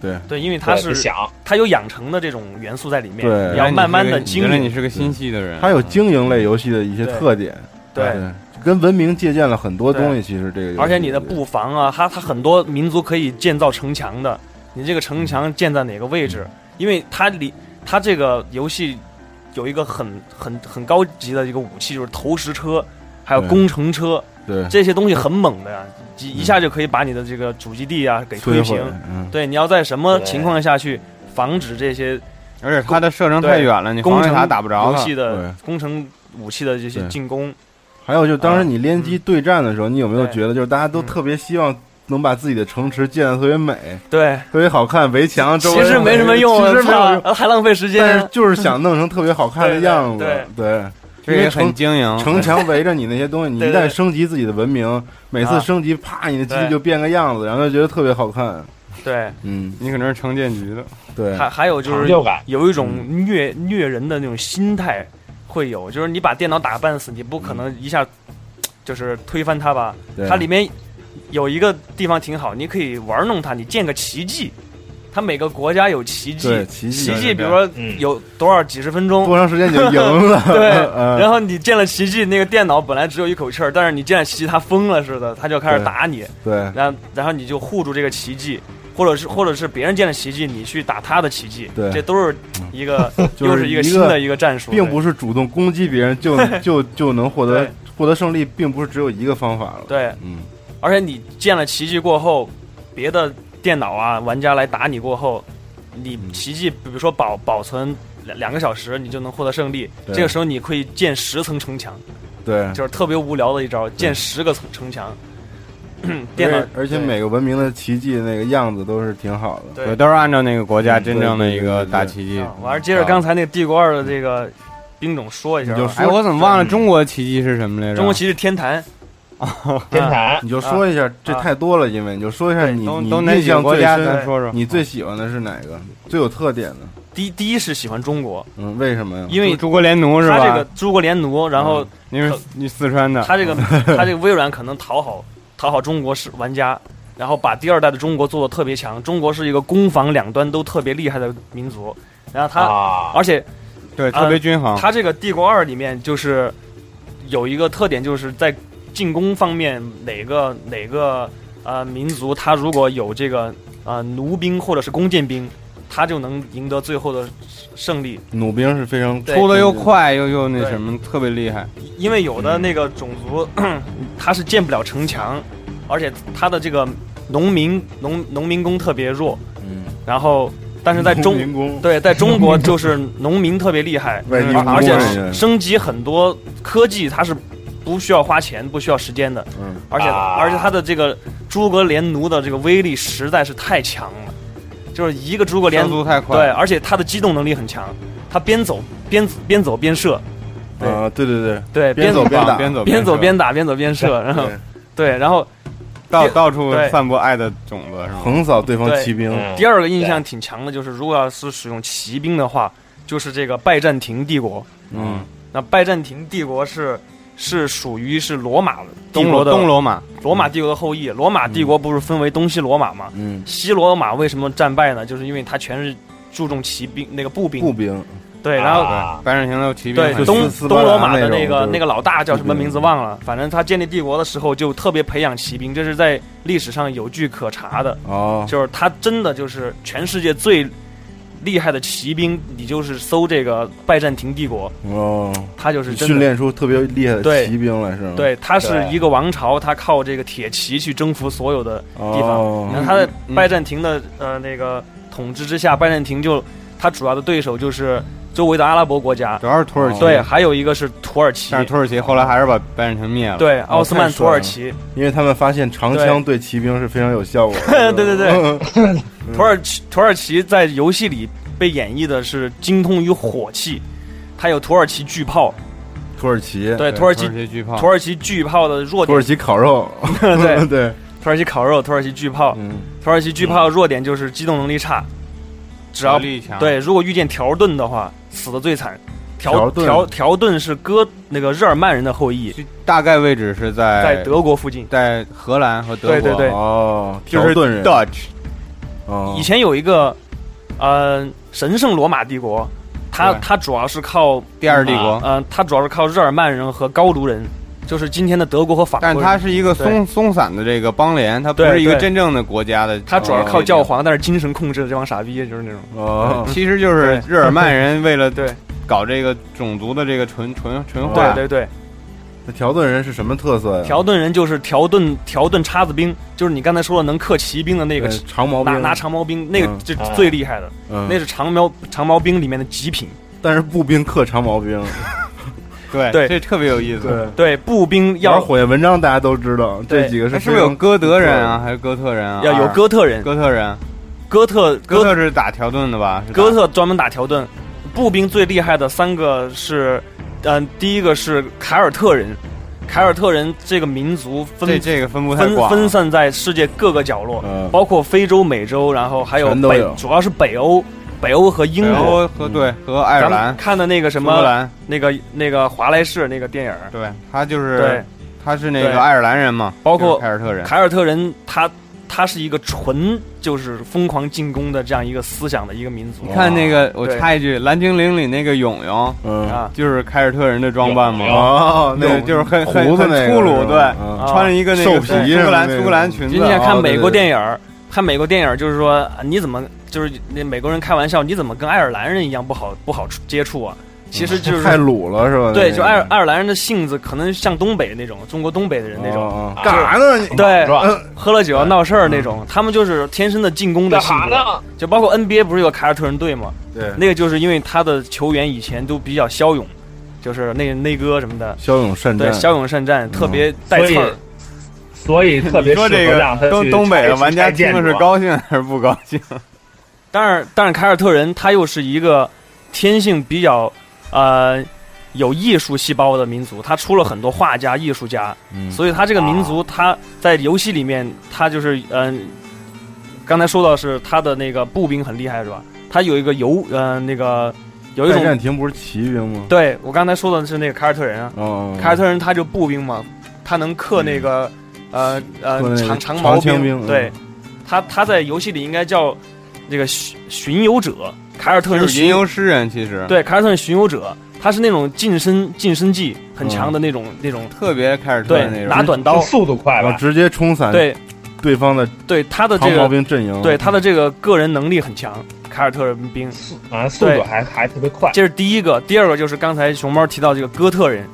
对
对，因为
他
它是
想，
它有养成的这种元素在里面，
对
你要慢慢的经
原来你
营。
是个心细的人，
它有经营类游戏的一些特点，哎
对，
就跟文明借鉴了很多东西。其实这个游戏，
而且你的布防啊，它它很多民族可以建造城墙的，你这个
嗯
城墙建在哪个位置？因为它里它这个游戏有一个很很很高级的一个武器，就是投石车，还有
对啊嗯
工程车，
对
这些东西很猛的呀，一一下就可以把你的这个主基地啊给推
嗯摧毁
平。，
嗯，
对，你要在什么
对
情况下去防止这些
而且它的射程太远了，你
工
防御
程
塔打不着
游
了。
戏的
对
工程武器的这些
对
进攻？
还有就当时你联
啊
机对战的时候，你有没有
对
觉得就是大家都特别希望能把自己的城池建得特别美、
对，
特别好看，围墙周
其
围
实没什么用，啊
其实没有
操
用，
还浪费时
但是
间。啊
就是想弄成特别好看的样子，
对
对。
这
因
也
为城
很经营，
城墙围着你那些 东西，你
嗯
一
对对
旦
对
升级自己的文明，每次
啊
升级，啪，你的基地
对
就变个样子，然后就觉得特别好看。
对，
嗯，
你可能是城建局的，
对，
还还有就
成
是嗯
就感，
有一
嗯
种虐虐人的那种心态会有，就是你把电脑打个半死，你不可能一下就是推翻它吧？
嗯对
它里面有一个地方挺好，你可以玩弄它，你建个奇迹。它每个国家有奇迹
对，奇迹
奇
对对
迹，比如说
嗯
有多少几十分钟，
多长时间你就赢了。
对
嗯，
然后你建了奇迹，那个电脑本来只有一口气儿，但是你建了奇迹，它疯了似的，它就开始打你，
对
然后然后你就护住这个奇迹，或者是或者是别人建了奇迹，你去打他的奇迹，
对
这都是一个
就是
又是一
一个
新的一个战术，
并不是主动攻击别人就就就能获得
对
获得胜利，并不是只有一个方法了。
对，对
嗯，
而且你建了奇迹过后，别的电脑啊玩家来打你过后，你奇迹比如说保保存两两个小时，你就能获得胜利，
对
这个时候你可以建十层城墙。
对。
就是特别无聊的一招，建十个城城墙。 电脑
而，而且每个文明的奇迹那个样子都是挺好的。
对
对，都是按照那个国家
嗯
真正的
对对
一个
对对
大奇迹。
啊完了，接着刚才那个帝国二的这个兵种说一下啊
你就
吧。
说嗯
哎，我怎么忘了中国奇迹是什么来着？
中国骑士 天坛，啊
天坛，
你就说一下，这太多了，因为你就说一下你
都
你
都哪
印
几个
象
国
最
家？咱
深，
说说。
你
嗯
最喜欢的是哪个？最有特点的？
第一第一是喜欢中国，
嗯，为什么呀？
因为
诸国联奴是
他这
吧嗯
个？诸葛连奴，然后
你是你四川的，
他这个他这个微软可能讨好讨好中国是玩家，然后把第二代的中国做的特别强。中国是一个攻防两端都特别厉害的民族，然后他
啊，
而且
对特别均衡。
它这个《帝国二》里面就是有一个特点，就是在进攻方面，哪个哪个呃民族，他如果有这个呃弩兵或者是弓箭兵，他就能赢得最后的胜利。
弩兵是非常
对
出的又快又又那什么，特别厉害。
因为有的那个种族， 他是建不了城墙，而且他的这个农民农农民工特别弱，
嗯，
然后但是在中
民工
对，在中国就是农民特别厉害，
外地
嗯而而且
工人
升级很多科技，它是不需要花钱、不需要时间的，
嗯
而且、
啊
而且它的这个诸葛连奴的这个威力实在是太强了，就是一个诸葛连
连速太快，
对，而且它的机动能力很强，它边走边边走边射，
啊，对对对，
对，边
边走边
边
打
边走
边走
射
边打，边走 边射，然后
对
对，然后
到到处
对
散播爱的种子是吗？
横扫对方骑兵，
嗯
第二个印象挺强的就是，如果要是使用骑兵的话，就是这个拜占庭帝国。
嗯，
那拜占庭帝国是是属于是罗马帝
东
国
罗
的
东罗嗯马，
罗马帝国的后裔。罗马帝国不是分为东西罗马吗？
嗯，
西罗马为什么战败呢？就是因为它全是注重骑兵那个步兵。
步兵，
对，然后、
啊
白人行的骑兵
对
很
东
斯巴
东
达
罗马
那
的
种
那
就
个
是
那个老大叫什么
步兵
名字忘了，反正他建立帝国的时候就特别培养骑兵，这是在历史上有据可查的。
哦，
就是他真的就是全世界最厉害的骑兵，你就是搜这个拜占庭帝国，
哦，
他就是真的
训。练出特别厉害的
对
骑兵来是吗？，
对，他是
对
一个王朝，他靠这个铁骑去征服所有的地
哦
方。你嗯看他在拜占庭的呃那个统治之下，拜占庭就他主要的对手就是周围的阿拉伯国家
主，要是土耳其，
对，还有一个是土耳其
但，是土耳其后来还是把白人行灭了。
对，奥斯曼
太
土
帅了
耳其，
因为他们发现长枪对骑兵是非常有效果的。
对对对
对，
土耳其土耳其在游戏里被演绎的是精通于火器，它有土耳其巨炮，
土耳其，
对，
土
土耳其
巨炮
土，耳其巨炮的弱
土
点
耳，其烤肉，
对，
对，
土耳其烤肉，土耳其巨炮，
嗯，
土耳其巨炮的弱点就是机动能力差，只
实
要
力啊强，
对，如果遇见条顿的话，死的最惨。条
条顿
条条顿是哥那个日耳曼人的后裔，
就大概位置是在
在德国附近。
在荷兰和德国，
对对对
哦，
就是
条顿人，
Dutch，嗯
哦
以前有一个，呃，神圣罗马帝国，它
对
它主要是靠，
第二帝国，
呃，它主要是靠日耳曼人和高卢人，就是今天的德国和法国
但
人。
是它是一个松松散的这个邦联，它不是
对
一个
对
真正的国家的，
它主要
哦
是靠教。皇，但是精神控制的这帮傻逼，就是那种。
哦，
其实就是日耳曼人为了
对
搞这个种族的这个纯纯纯化，
对对对，
那条顿人是什么特色呀？
条顿人就是条顿条顿叉子兵，就是你刚才说的能克骑兵的那个
对，长毛
拿
兵
拿，长矛兵，那个
嗯
就最厉害的，
嗯
那是长矛长矛兵里面的极品。
但是步兵克长毛兵，
对
对
这特别有意思。
对，步兵
玩
要
火焰文章大家都知道，
对
这几个
哎
是
是不是有哥德人啊，还是哥特人啊？
要有
二
哥特人，
哥特人，啊
哥特
哥
哥
特是打条顿的吧？是打
哥特专门打条顿，步兵最厉害的三个是，嗯，第一个是凯尔特人，凯尔特人这个民族
这
分
这个分布太
分
广了，啊
分散在世界各个角落，
嗯
包括非洲、美洲，然后还有
全都
北
有，
主要是北欧，北欧和英
北
国。
欧和对和爱尔
咱
兰
们、看的那个什
苏格
么，
兰，
那个那个华莱士那个电影儿，
对他就
对
是，他是那
对
个爱尔兰人嘛，
包括
就是凯尔特人，
凯尔特人他他是一个纯就是疯狂进攻的这样一个思想的一个民族
你看那个，我
对
插一句，《蓝精灵》里那个勇勇
嗯，
啊，
就是凯尔特人的装扮
勇勇
吗？
哦，那
对，
种
就是很很
胡子
很
那个
粗
是
鲁，
吧
对，
嗯
啊
穿着一个那个
兽皮
苏格兰
什么那个
苏格兰裙子啊
今。天看
哦
美
对
国
对对
电影儿，看美国电影儿就是说啊你怎么就是那美国人开玩笑，你怎么跟爱尔兰人一样不好不好处接触啊？其实就是
嗯太鲁了是吧？
对，
那个嗯
就爱尔爱尔兰人的性子可能像东北那种，中国东北的人那种，
哦哦嗯干啥呢？你
对
是，吧？
喝了酒要闹事儿那种，他们就是天生的进攻的
干
性
啥
格，
呢？
就包括 NBA 不是有凯尔特人队吗？
对，
那个就是因为他的球员以前都比较骁勇，就是那内哥什么的，
骁勇善
对，
战，嗯
骁勇善战，特别带
所
刺
以
儿。
所以特别适
你说
合
这
让
个
他
东
去
东北的
拆
玩家
拆
听
建
的是
筑
高兴还是不高兴？
当然，但是凯尔特人他又是一个天性比较呃有艺术细胞的民族，他出了很多画家、艺术家，
嗯
所以他这个民族他在游戏里面他就是嗯、刚才说到是他的那个步兵很厉害是吧？他有一个游呃那个有一
拜
种
占庭不是骑兵吗？
对我刚才说的是那个凯尔特人啊，
哦，
凯尔特人他就步兵嘛，他能克那个、呃
嗯克那
呃
个
长长矛
长枪兵嗯
对，他他在游戏里应该叫那个巡巡游者，凯尔特
就
人
是吟
巡
游诗人，其实
对凯尔特人巡游者，他是那种近身近身技很强的那种、那种，
嗯特别凯尔特
对
人那，
拿
种。
短刀，
速度快
然后
吧？
哦直接冲散
对
对方的
对他的
长
这
毛
个
兵阵营，
对他的这个个人能力很强，凯尔特人兵，
啊，速度
对
还还特别快。
这是第一个，第二个就是刚才熊猫提到这个哥特人，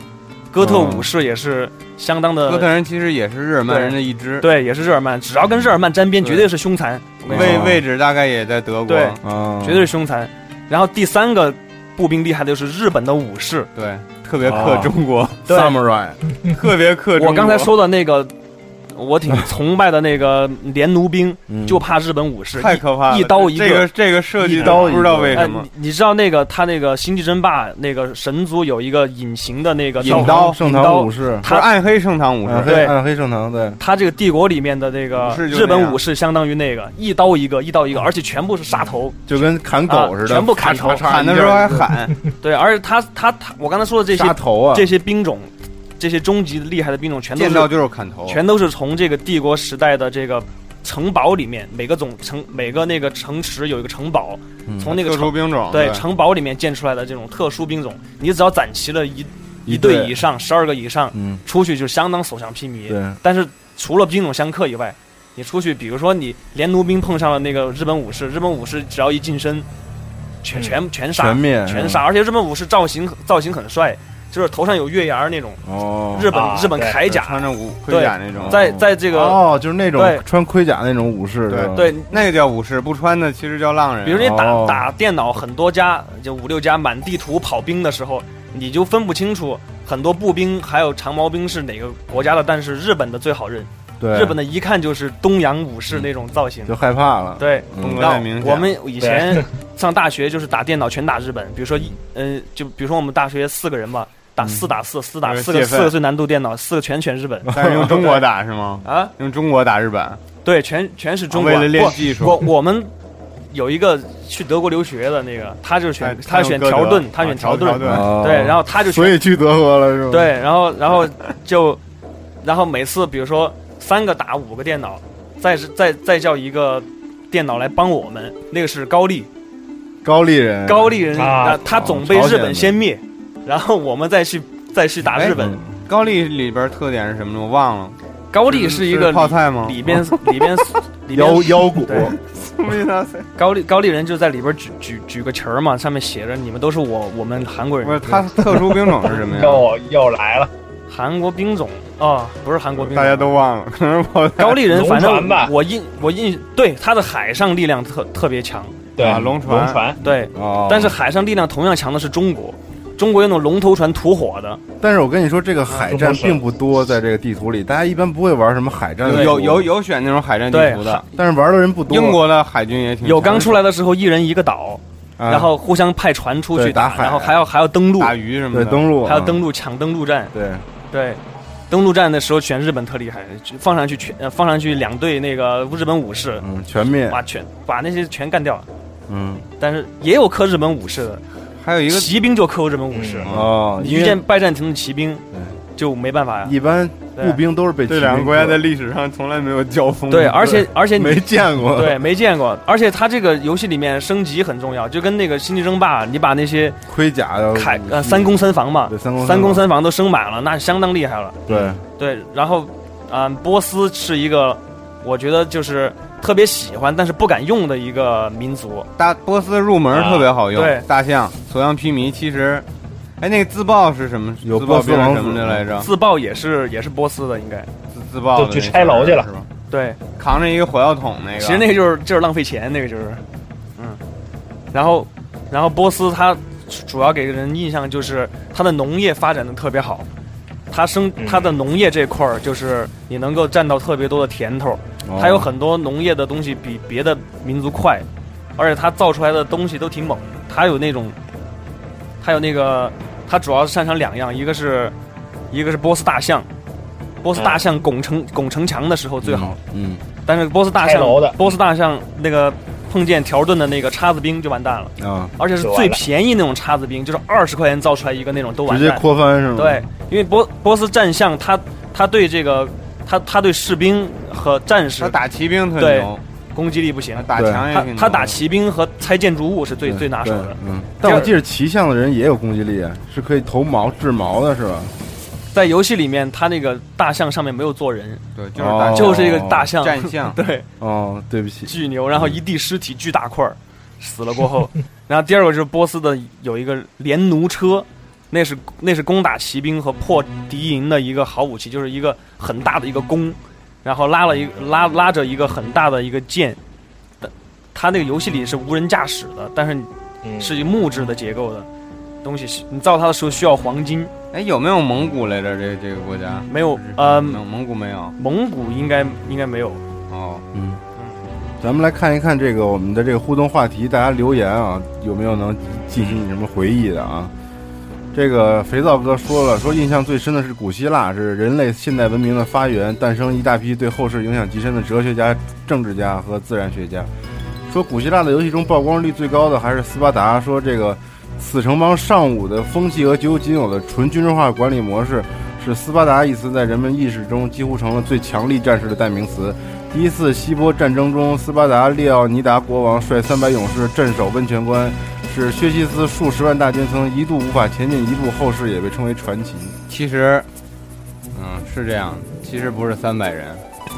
哥特
嗯
武士也是相当的。
哥特人其实也是日耳曼人的一支，
呃对，也是日耳曼，只要跟日耳曼沾边，绝对是凶残。我跟你说
位位置大概也在德国
对，
啊，
绝对是凶残。
嗯
然后第三个步兵厉害的就是日本的武士，
对，特别克中国，
对
samurai，
特别克中国。
我刚才说的那个我挺崇拜的那个 连奴兵，
嗯
就怕日本武士
太可怕了，
一刀一个
这个这个设计
一刀一
不
个
知道为
哎，
什么
你你知道那个他那个《星际争霸》那个神族有一个隐形的那个
引刀
盛
引刀
唐武士，
他暗黑盛唐武
暗
士，
黑
对
暗黑盛唐，对，
他这个帝国里面的那个
武士就那
日本
样嗯
武士，相当于那个一刀一个，一刀一个，而且全部是杀头。
就跟砍
啊
狗似的，
全部砍头
咔嚓
喊的时候还 喊，
对，而且他他他，我刚才说的这
杀
些
头啊，
这些兵种，这些终极厉害的兵种，全都
见到
是
就是砍头，
全都是从这个帝国时代的这个城堡里面，每个总城每个那个城池有一个城堡，
嗯
从那个
特殊
城
兵种，
对城堡里面建出来的这种特殊兵种，你只要攒齐了一
一
一
队
队以上，十二个以上，
嗯，
出去就相当所向披靡。
对，
但是除了兵种相克以外，你出去，比如说你连奴兵碰上了那个日本武士，日本武士只要一近身，全全全杀，
全灭嗯
全杀，而且日本武士造型造型很帅，就是头上有月牙儿那种
哦，
日本、
啊
日本
对
铠甲，
穿着武盔甲那种，
在在这个、
哦，就是那
对
种穿盔甲那种武士，
对
是吧
对，
那个叫武士，不穿的其实叫浪人。
比如你打、
哦
打电脑很多家就五六家满地图跑兵的时候，你就分不清楚很多步兵还有长毛兵是哪个国家的，但是日本的最好认，
对，
日本的一看就是东洋武士那种造型。
就害怕了，
对，
风格
那
嗯太明显。
我们以前 上大学就是打电脑全打日本，比如说一嗯、就比如说我们大学四个人吧，打四打四四打
嗯就是
四个
泄
四
愤
个最难度电脑，四个全全日本
但是用中国打是吗？
啊，
用中国打日本，
对，全全是中国。啊
为了练
不
技术
我我们有一个去德国留学的那个，他就选
哎
他选
用歌
条
德
顿，他
啊
选
条
条顿，
顿
哦
对，然后他就
所
选
以去德国了是吧？
对，然后然后就然后每次比如说三个打五个电脑，再是再再叫一个电脑来帮我们，那个是高丽。
高丽人，
高丽人，
啊
啊，他总被日本先灭，然后我们再去再去打日本。
高丽里边特点是什么呢？我忘了。
高丽是一个
泡菜吗？
里边里边里
腰
边
腰鼓，
对高丽高丽人就在里边举举举个旗儿嘛，上面写着你们都是我我们韩国
不是，
人。
它特殊兵种是什么呀？
又又来了，
韩国兵种啊，不是韩国兵
哦大家
种。
都忘了， 可能是泡菜。
高丽人
龙
反正
船吧
我印我印对他的海上力量特特别强，
对，
啊龙船
龙船，
对，
哦，
但是海上力量同样强的是中国，中国有那种龙头船吐火的，
但是我跟你说，这个
啊
海战并不多，在这个地图里，大家一般不会玩什么海战，
有有，有选那种海战地
对
图的，
但是玩的人不多。
英国的海军也挺
有刚出
来
来的时候一人一个岛，
嗯
啊，
然后互相派船出去
对打
打，
海
然后还要还要登陆，
打鱼什么
对
的，
登陆，
还要登陆抢登陆战
啊，。对，
对，登陆战的时候选日本特厉害，就放上去全呃放上去两队那个日本武士，
嗯，全灭，
把全把那些全干掉了。
嗯，
但是也有克日本武士的，
还有一个
骑兵就克日本武士，
哦，
嗯你
因
遇见
为嗯
拜占庭的骑兵就没办法呀。
一般
对
步兵都是被
这
骑
两个
兵
国家
克
在历史上从来没有交锋。
对，而且而且
没
你。
见过，
对，没见过，而且它这个游戏里面升级很重要，就跟那个《星际争霸》，你把那些
盔甲的
铠呃三攻三防嘛
对，三攻
三攻
三
三防嗯都升满了，那相当厉害了。
对，
对，然后，啊、波斯是一个，我觉得就是特别喜欢但是不敢用的一个民族。
啊
大波斯入门特别好用，
啊对
大象、所向披靡。其实，哎，那个自爆是什么？
有
自爆
波斯
变成
王
什么
子
的来着？
自爆也是也是波斯的，应该
自自爆的
就去
那
拆
事儿
楼去了
是吧？
对。
扛着一个火药桶那个。
其实那个就是就是浪费钱，那个就是，嗯。然后，然后波斯它主要给人印象就是它的农业发展的特别好，它生
嗯
它的农业这块儿就是你能够占到特别多的甜头，
哦
它有很多农业的东西比别的民族快，而且它造出来的东西都挺猛。它有那种，它有那个，它主要擅长两样，一个是，一个是波斯大象，波斯大象拱城拱城墙的时候最好，，
嗯，
但是波斯大
开
象
楼的
波斯大象那个碰见条顿的那个叉子兵就完蛋了，
嗯啊，
而且是
就完
最
了
便宜那种叉子兵，就是二十块钱造出来一个那种都
直
完
接
蛋。
扩翻是吗？
对，因为波波斯战象他他对这个他他对士兵和战士
他打骑兵特
对
牛，
攻击力不行
他，打
对
墙也
他
挺牛的。
他打骑兵和拆建筑物是最
对
最拿手
对
的。
嗯，但我记得骑象的人也有攻击力，是可以投矛制矛的，是吧？
在游戏里面，他那个大象上面没有坐人，
对，就是打
哦
就是一个大象，。
战象
对，
哦，对不起，
巨牛，然后一地尸体，巨大块儿，死了过后。 然后第二个就是波斯的有一个连弩车，那是那是攻打骑兵和破敌营的一个好武器，就是一个很大的一个弓，然后拉了一拉拉着一个很大的一个箭。但它那个游戏里是无人驾驶的，但是
嗯
是木质的结构的东西，你造它的时候需要黄金，
哎，有没有蒙古来着？这这个国家
没有，呃，
没有蒙古没有
蒙古应该应该没有。
哦，
咱们来看一看这个我们的这个互动话题，大家留言啊，有没有能激起你什么回忆的啊？这个肥皂哥说了，说印象最深的是古希腊，是人类现代文明的发源，诞生一大批对后世影响极深的哲学家、政治家和自然学家。说古希腊的游戏中曝光率最高的还是斯巴达。说这个死城邦尚武的风气和仅有的纯军事化管理模式，使斯巴达一词在人们意识中几乎成了最强力战士的代名词。第一次希波战争中，斯巴达列奥尼达国王率三百勇士镇守温泉关，使薛西斯数十万大军曾一度无法前进一步，后世也被称为传奇。
其实，嗯，是这样的，其实不是三百人，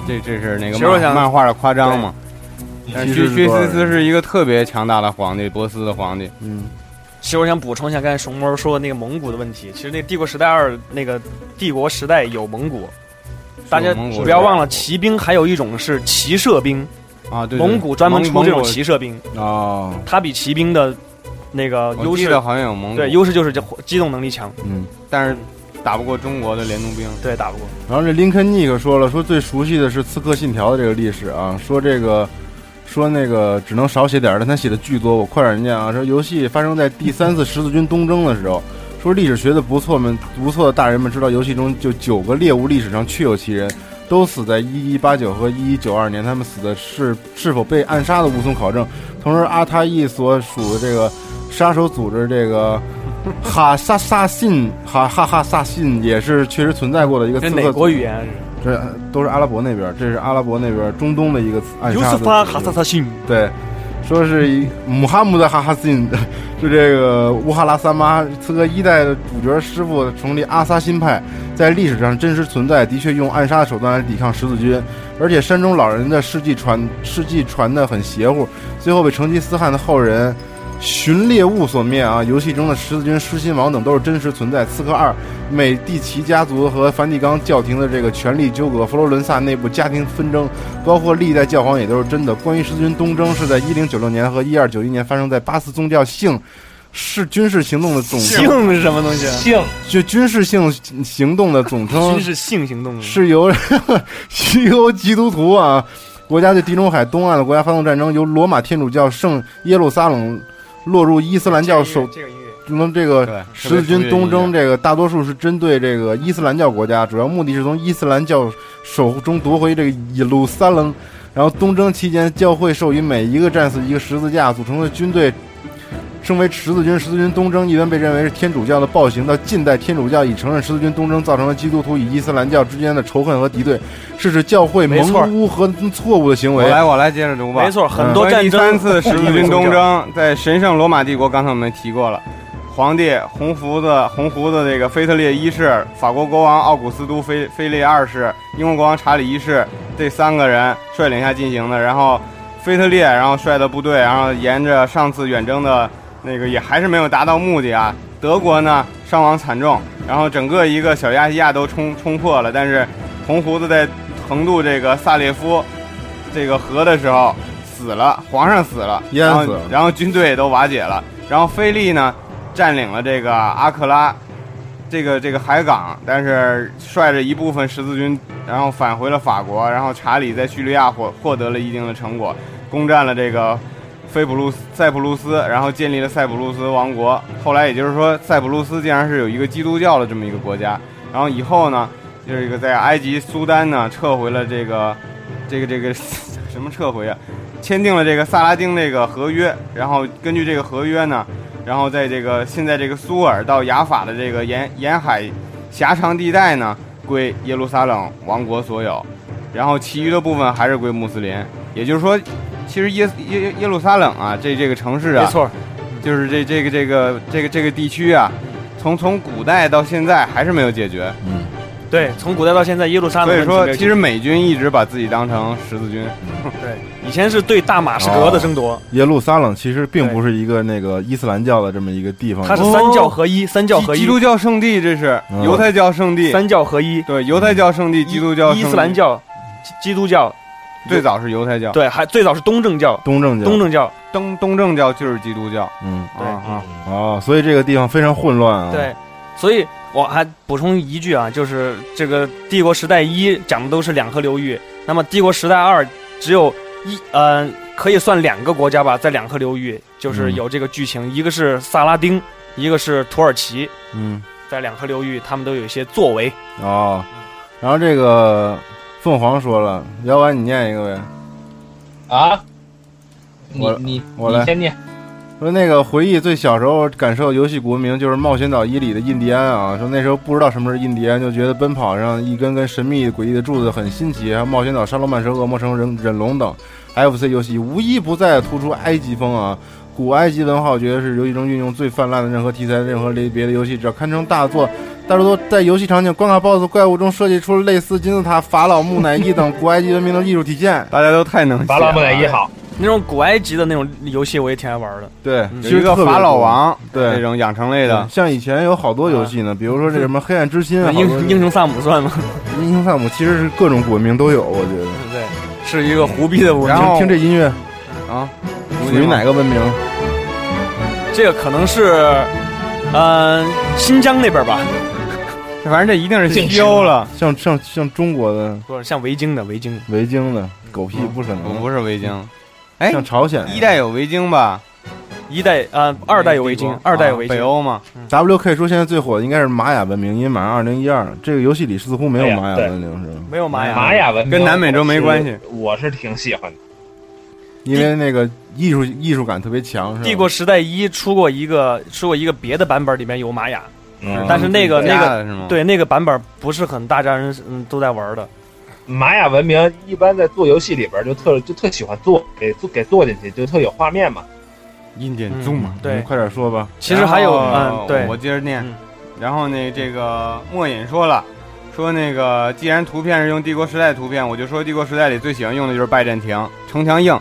这这是那个
其实我
漫
想
漫画的夸张嘛。但
其
是薛
实是
薛
多少
西斯
人？
是一个特别强大的皇帝，波斯的皇帝。
嗯，
其实我想补充一下刚才熊猫说的那个蒙古的问题。其实那《帝国时代二》那个帝国时代有蒙古，大家
蒙古
不要
是吧
忘了，骑兵还有一种是骑射兵，
啊，对，对
蒙古专门出这种。
蒙
骑射兵，
哦，
它比骑兵的那个
古
优
我记
势
得好像有蒙古，
对，优势就是这机动能力强，
嗯。
但是打不过中国的联动兵。
对，打不过。
然后这林肯尼克说了，说最熟悉的是《刺客信条》的这个历史啊，说这个说那个只能少写点儿，但他写的巨多，我快点儿念啊。说游戏发生在第三次十字军东征的时候，说历史学的不错们不错的大人们知道，游戏中就九个猎物历史上确有其人，都死在一一八九和一一九二年，他们死的是是否被暗杀的无从考证。同时，阿塔伊所属的这个 杀手组织这个。哈萨萨信，哈哈哈萨信也是确实存在过的一个
这
刺
哪
客
国
组织
语言啊？
这都是阿拉伯那边，这是阿拉伯那边中东的一个
哎
暗
尤
杀
斯
的
法哈萨萨辛。
对，说是以穆哈姆德哈哈辛， 是这个乌哈拉三妈刺客一代的主角师傅成立阿萨辛派，在历史上真实存在，的确用暗杀的手段来抵抗十字军，而且山中老人的事迹传事迹传的很邪乎，最后被成吉思汗的后人。寻猎物所灭啊！游戏中的十字军、狮心王等都是真实存在。刺客二，美第奇家族和梵蒂冈教廷的这个权力纠葛，佛罗伦萨内部家庭纷争，包括历代教皇也都是真的。关于十字军东征是在一零九六年和一二九一年发生在巴斯宗教性是军事行动的总称，
性是什么东
嗯
西
性
啊？
就 军事性行动的总称
军事性行动。
是由 是由基督徒啊国家对地中海东岸的国家发动战争，由罗马天主教圣耶路撒冷落入伊斯兰教手
这个音乐。
那么这个
对
十字军东
特别熟悉
征，
的一
这个大多数是针对这个伊斯兰教国家，主要目的是从伊斯兰教手中夺回这个耶路撒冷。然后东征期间，教会授予每一个战士一个十字架，组成的军队称为十字军。十字军东征一般被认为是天主教的暴行。到近代，天主教已承认十字军东征造成了基督徒与伊斯兰教之间的仇恨和敌对，是指教会
没
蒙
错
污和错误的行
我
为。
来，我来接着读吧。
没错，很多
关于
战
第三
争。
次十字军东
因为宗教，
征，在神圣罗马帝国，刚才我们提过了，皇帝红胡子红胡子这个腓特烈一世，法国国王奥古斯都腓腓烈二世，英国国王查理一世这三个人率领下进行的，然后腓特烈然后率的部队，然后沿着上次远征的那个也还是没有达到目的啊。德国呢伤亡惨重，然后整个一个小亚细亚都冲冲破了，但是红胡子在横渡这个萨列夫这个河的时候死了，皇上死了，
淹
然后
死了
然后军队也都瓦解了，然后菲利呢占领了这个阿克拉。这个这个海港，但是率着一部分十字军，然后返回了法国，然后查理在叙利亚获获得了一定的成果，攻占了这个菲普鲁斯塞浦路斯，然后建立了塞浦路斯王国。后来也就是说，塞浦路斯竟然是有一个基督教的这么一个国家。然后以后呢，就是一个在埃及苏丹呢撤回了这个这个这个什么撤回啊，签订了这个萨拉丁这个合约。然后根据这个合约呢，然后在这个现在这个苏尔到雅法的这个沿沿海狭长地带呢，归耶路撒冷王国所有，然后其余的部分还是归穆斯林。也就是说，其实耶耶耶耶路撒冷啊，这这个城市啊，
没错，
就是这这个这个这个这个地区啊，从从古代到现在还是没有解决。
对，从古代到现在，耶路撒
所以
冷问题没
说，
有解
其
决
实美军一直把自己当成十字军。
以前是对大马士革
哦
的争夺，
耶路撒冷其实并不是一个那个伊斯兰教的这么一个地方，
它是三教合一，三教合
哦基
一
基，督教圣地，这是
嗯
犹太教圣地，
三教合一，
对犹太教圣地，基督教圣
伊
地、
斯兰教、基基督教，
最早是犹太教，
对，还最早是东正教，
东正教。
东正教，
东东正教就是基督教。
嗯，
对
啊啊，。
哦，所以这个地方非常混乱啊。
对，所以我还补充一句啊，就是这个《帝国时代一》讲的都是两河流域，那么《帝国时代二》只有一呃，可以算两个国家吧，在两河流域就是
嗯
有这个剧情，一个是萨拉丁，一个是土耳其，
嗯，
在两河流域他们都有一些作为。
哦，然后这个凤凰说了，要不然你念一个呗？
啊，你
我
你
我
你
来
先念，
说那个回忆最小时候感受游戏国民就是《冒险岛一》里的印第安啊，说那时候不知道什么是印第安，就觉得奔跑上一根根神秘诡异的柱子很新奇，还有《冒险岛沙罗曼蛇》《恶魔城》忍忍龙等 FC 游戏无一不在突出埃及风啊。古埃及文化，我觉得是游戏中运用最泛滥的任何题材、任何类别的游戏，只要堪称大作。大多在游戏场景、关卡、BOSS、怪物中设计出类似金字塔、法老、木乃伊等古埃及文明的艺术体现
大家都太能写了。
法老木乃伊好，
那种古埃及的那种游戏我也挺爱玩的，
对，
有一个法老王，
对
那种养成类的，
像以前有好多游戏呢，比如说这什么《黑暗之心》啊，好多
英英雄萨姆算吗？
英雄萨姆其实是各种国名都有，我觉得。
对，是一个胡逼的文
然
明。
后
听这音乐
啊，
属于哪个文明？
这个可能是，嗯、新疆那边吧，
嗯
反正这一定是修了，
像像像中国的
不是像维京的维京。
维京的狗屁不可
嗯
我
能，
不是维京，哎，
像朝鲜
一代有维京吧？
一代啊、呃，二代有维京，二代有维
啊北
京，
欧嘛，
WK 说现在最火的应该是玛雅文明，因为玛雅二零一二这个游戏里似乎没有玛雅
哎呀对
文明，是吗？
没有玛雅。
玛雅文明
啊跟南美洲没关系，
我是挺喜欢的。
因为那个艺术艺术感特别强，是吧？
帝国时代一出过一个出过一个别的版本，里面有玛雅，
嗯，
但是那个那个
个是吗？，
对那个版本不是很大家人嗯都在玩的。
玛雅文明一般在做游戏里边就特就特喜欢做，给做给做进去就特有画面嘛。
印第安
嗯
族嘛。
你
对，
快点说吧。
其实还有
然
嗯
后呃
对
我接着念
嗯。
然后呢，这个莫隐说了，说那个既然图片是用帝国时代图片，我就说帝国时代里最喜欢用的就是拜占庭、城墙硬，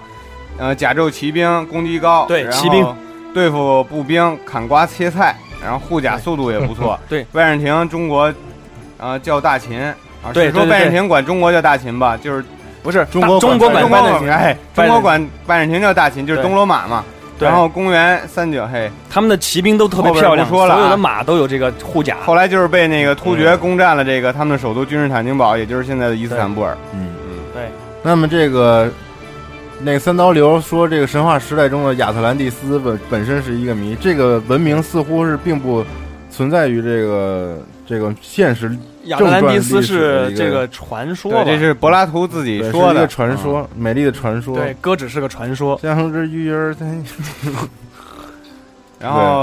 呃，甲胄骑兵攻击高，
对
然后
骑兵
对付步兵砍瓜切菜，然后护甲速度也不错。
对
拜占庭中国，呃，叫大秦。啊，
对
是说
对对
拜占庭管中国叫大秦吧，就是
不是
中
大
国
中国
管
版
中
拜
国
占庭，
哎，中国管拜占庭叫大秦，就是
对
东罗马嘛。
对
然后公元三九，嘿，
他们的骑兵都特别
后边
漂亮，
不说了啊
所有的马都有这个护甲。
后来就是被那个突厥攻占了这个他们的首都君士坦丁堡，也就是现在的伊斯坦布尔。
嗯，
对。
那么这个那个三刀流说，这个神话时代中的亚特兰蒂斯本本身是一个谜，这个文明似乎是并不存在于这个这个现实
亚特兰蒂斯是
正传历史的一个
这个传说吧
对，这是柏拉图自己
对
说
是一
的嗯
个传。说，美丽的传说。
对，哥只是个传说。
像这育儿，它
嗯然后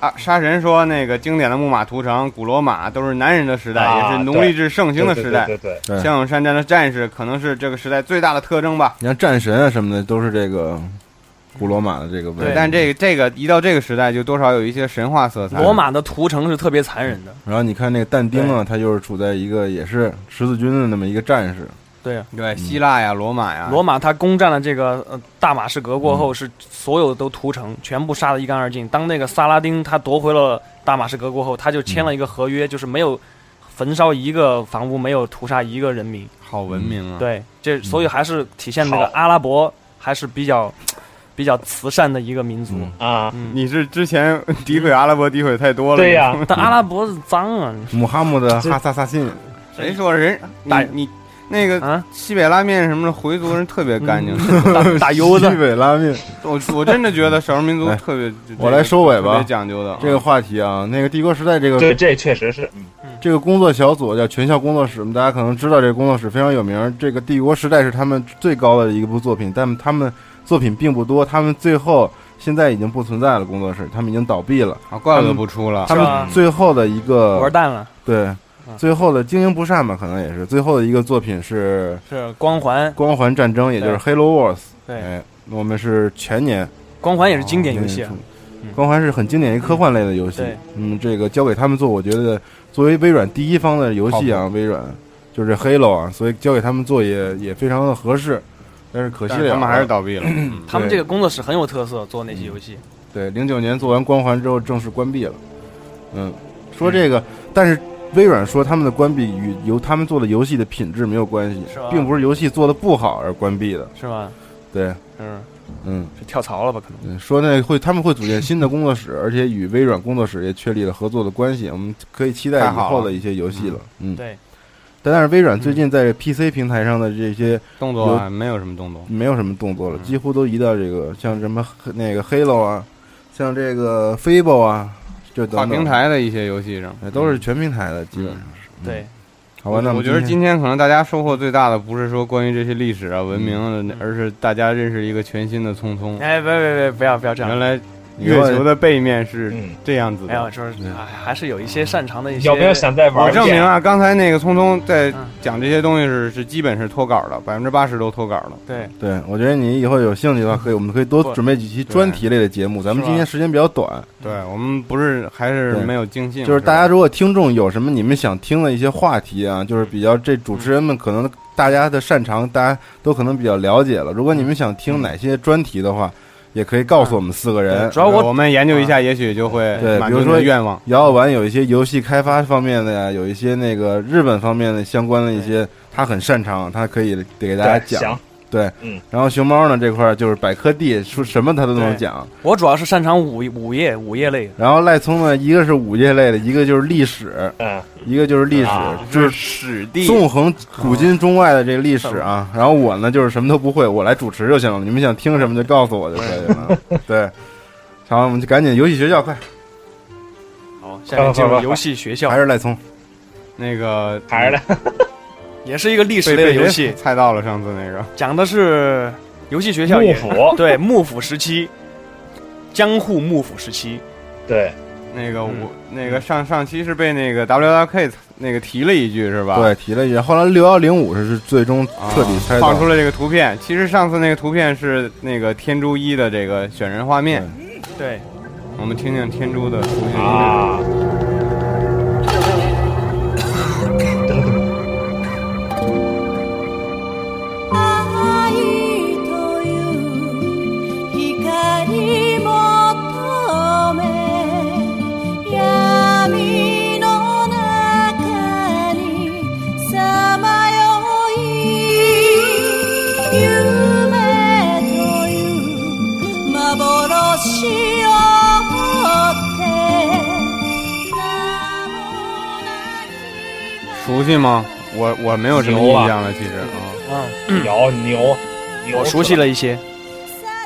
啊，杀神说那个经典的木马屠城、古罗马都是男人的时代，
啊
也是奴隶制盛行的时代。
对对对对
对
骁勇善战的战士可能是这个时代最大的特征吧。
你像战神啊什么的，都是这个古罗马的这个文明。
但这个这个一到这个时代，就多少有一些神话色彩。
罗马的屠城是特别残忍的，
然后你看那个但丁啊，他就是处在一个也是十字军的那么一个战士，
对，
对希腊呀、罗马呀，
罗马他攻占了这个呃大马士革过后，是所有都屠城，全部杀得一干二净。当那个萨拉丁他夺回了大马士革过后，他就签了一个合约，就是没有焚烧一个房屋，没有屠杀一个人民。
好文明啊。
对，这所以还是体现那个阿拉伯还是比较比较慈善的一个民族。
嗯
啊，
嗯，
你是之前 诋毁阿拉伯诋毁太多了。
对呀，
但阿拉伯是脏啊
穆哈默德哈萨萨辛。
谁说人
大
你你那个
啊！
西北拉面什么的，回族人特别干净。
嗯
打打油
西
子，
北拉面，
我我真的觉得少数民族
哎
特别，这
我来收尾
特别
吧。
讲究的。
这个话题啊，那个帝国时代这个
对，这确实是
这个工作小组叫全校工作室，大家可能知道这个工作室非常有名。这个《帝国时代》是他们最高的一部作品，但他们作品并不多，他们最后现在已经不存在了，工作室他们已经倒闭了。
啊，怪不得
他们
不出了
他。们最后的一
玩
个
蛋了，
对
嗯
最后的经营不善吧，可能也是最后的一个作品是
是光环，
《光环战争》，也就是《Halo Wars》。
对，
哎，我们是全年
光环也是经典游戏
全
啊嗯
年。出光环是很经典一科幻类的游戏
对。
嗯，这个交给他们做，我觉得作为微软第一方的游戏啊，微软就是 Halo 啊，所以交给他们做也也非常的合适。但是可惜
但是
了，啊
他们还是倒闭了。嗯
他们
对
这个工作室很有特色，做那些游戏。
对，零九年做完光环之后正式关闭了。嗯，说这个，但是微软说他们的关闭与由他们做的游戏的品质没有关系
是吧，
并不是游戏做的不好而关闭的。
是吧？
对，
嗯，
嗯，
就跳槽了吧？可能
嗯说那会他们会组建新的工作室，而且与微软工作室也确立了合作的关系，我们可以期待
太
以
好
后
了嗯
的一些游戏了。嗯，
对，
但但是微软最近在 PC 平台上的这些
动作啊没有什么动作，
没有什么动作了，
嗯
几乎都移到这个像什么黑那个 Halo 啊，像这个 Fable 啊，就等
跨
等
平，台的一些游戏上嗯
哎都是全平台的，基本上是。
对，
好吧，那么
我觉得
今
今天可能大家收获最大的不是说关于这些历史啊、文明啊，
嗯
而是大家认识一个全新的匆匆。
哎，别别别，不要不要这
原
样，
来
你
月
说
球的背面是
嗯
这样子
没有，
的。
就是哎，还是有一些擅长的一些。
有没有想再玩
我
一遍？
证明啊，刚才那个匆匆在
嗯
讲这些东西是是基本是脱稿的，百分之八十都脱稿了。
对，
对，我觉得你以后有兴趣的话，可以，我们可以多
不
准备几期
对
专题类的节目。咱
是
们
吧
今天时间比较短，
对我们不是还是
嗯对
没有精进，
就是大家
吧
如果听众有什么你们想听的一些话题啊，就是比较这主持人们可能大家的擅长，大家都可能比较了解了。如果你们想听哪些专题的话，也可以告诉我们四个人。
主要我
呃我们研究一下，也许就会
对
满
比
足
如
你
说
的愿望。
姚老板有一些游戏开发方面的呀，有一些那个日本方面的相关的一些，他很擅长，他可以得给大家
对
讲
行。，
对，
嗯
然后熊猫呢这块儿就是百科地，说什么他都能
对
讲。
我主要是擅长午午夜午夜类的，
然后赖聪呢，一个是午夜类的，一个就是历史，
嗯，
一个就是历史，
啊
就是
史地
纵横古今中外的这个历史啊。然后我呢，就是什么都不会，我来主持就行了。你们想听什么就告诉我就可以 了。对，好，我们就赶紧游戏学校，快，
好，下面进
好
入
好好
游戏学校
还，是赖聪。
那个
还是的，
也是一个历史
被
类的
被
游
谁
戏，
猜到了上次那个，
讲的是游戏学校
幕
也
府，
对幕府时期，江户幕府时期，
对，
那个
嗯
我那个上上期是被那个 W L K 那个提了一句是吧？
对，提了一句，后来六幺零五是最终
啊，
彻底猜到
放出了这个图片。其实上次那个图片是那个天珠一的这个选人画面，
对，
我们听听天珠的图片。
啊，
愛という光求め闇の中にさまよい夢という幻を追って名もなき
熟悉吗？我我没有什么印象了，其实啊。
嗯，
有牛，牛
我熟悉了一些，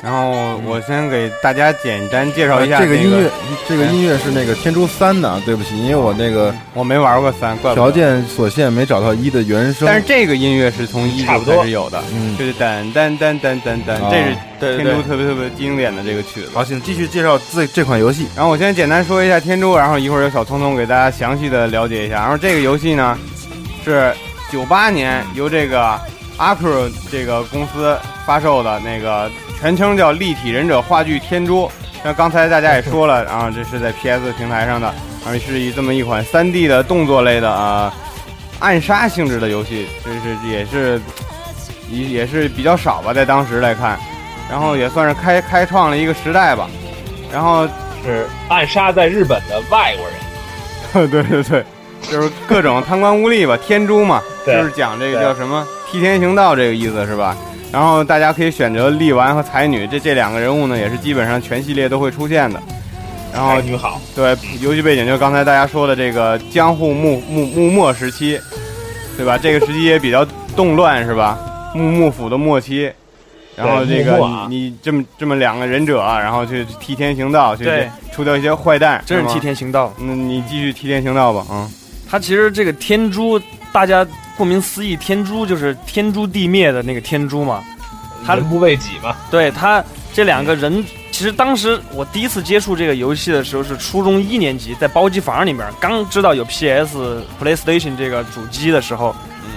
然后我先给大家简单介绍一下
啊呃这个
那哎
音乐，，这个音乐是那个《天珠三》的啊，对不起，因为我那个
我没玩过三，怪不
条
得。
件所限没找到一的原声。
但是这个音乐是从一
差
九
不多
开始有的，
嗯，
就是噔噔噔噔噔
啊
噔，这是
对
天
对
珠特别特别经典的这个曲子。
好，请继续介绍这这款游戏。
然后我先简单说一下天珠，然后一会儿由小聪聪给大家详细的了解一下。然后这个游戏呢，是九八年由这个 Acro 这个公司发售的，那个全称叫《立体忍者话剧天珠》。那刚才大家也说了，然后这是在 PS 平台上的，然后是一这么一款 3D 的动作类的啊、暗杀性质的游戏，这是也是也也是比较少吧，在当时来看，然后也算是开开创了一个时代吧。然后
是暗杀在日本的外国人，
对对对，就是各种贪官污吏吧，天诛嘛，就
对
是讲这个
对
叫什么替天行道这个意思是吧？然后大家可以选择力丸和才女这这两个人物呢，也是基本上全系列都会出现的。然
啊
后
才女好，
对，游戏背景就是刚才大家说的这个江户幕幕幕末时期，对吧？这个时期也比较动乱，是吧？幕幕府的末期，然后
对
这个
幕末啊
你你这么这么两个忍者啊，然后去替天行道，去
对
除掉一些坏蛋，
真是
吗
替。天行道。
那你继续替天行道吧，啊、
它其实这个天珠，大家顾名思义，天珠就是天诛地灭的那个天珠嘛。他
人不为己嘛，
对他这两个人，其实当时我第一次接触这个游戏的时候是初中一年级，在包机房里面刚知道有 PS、PlayStation 这个主机的时候，
嗯，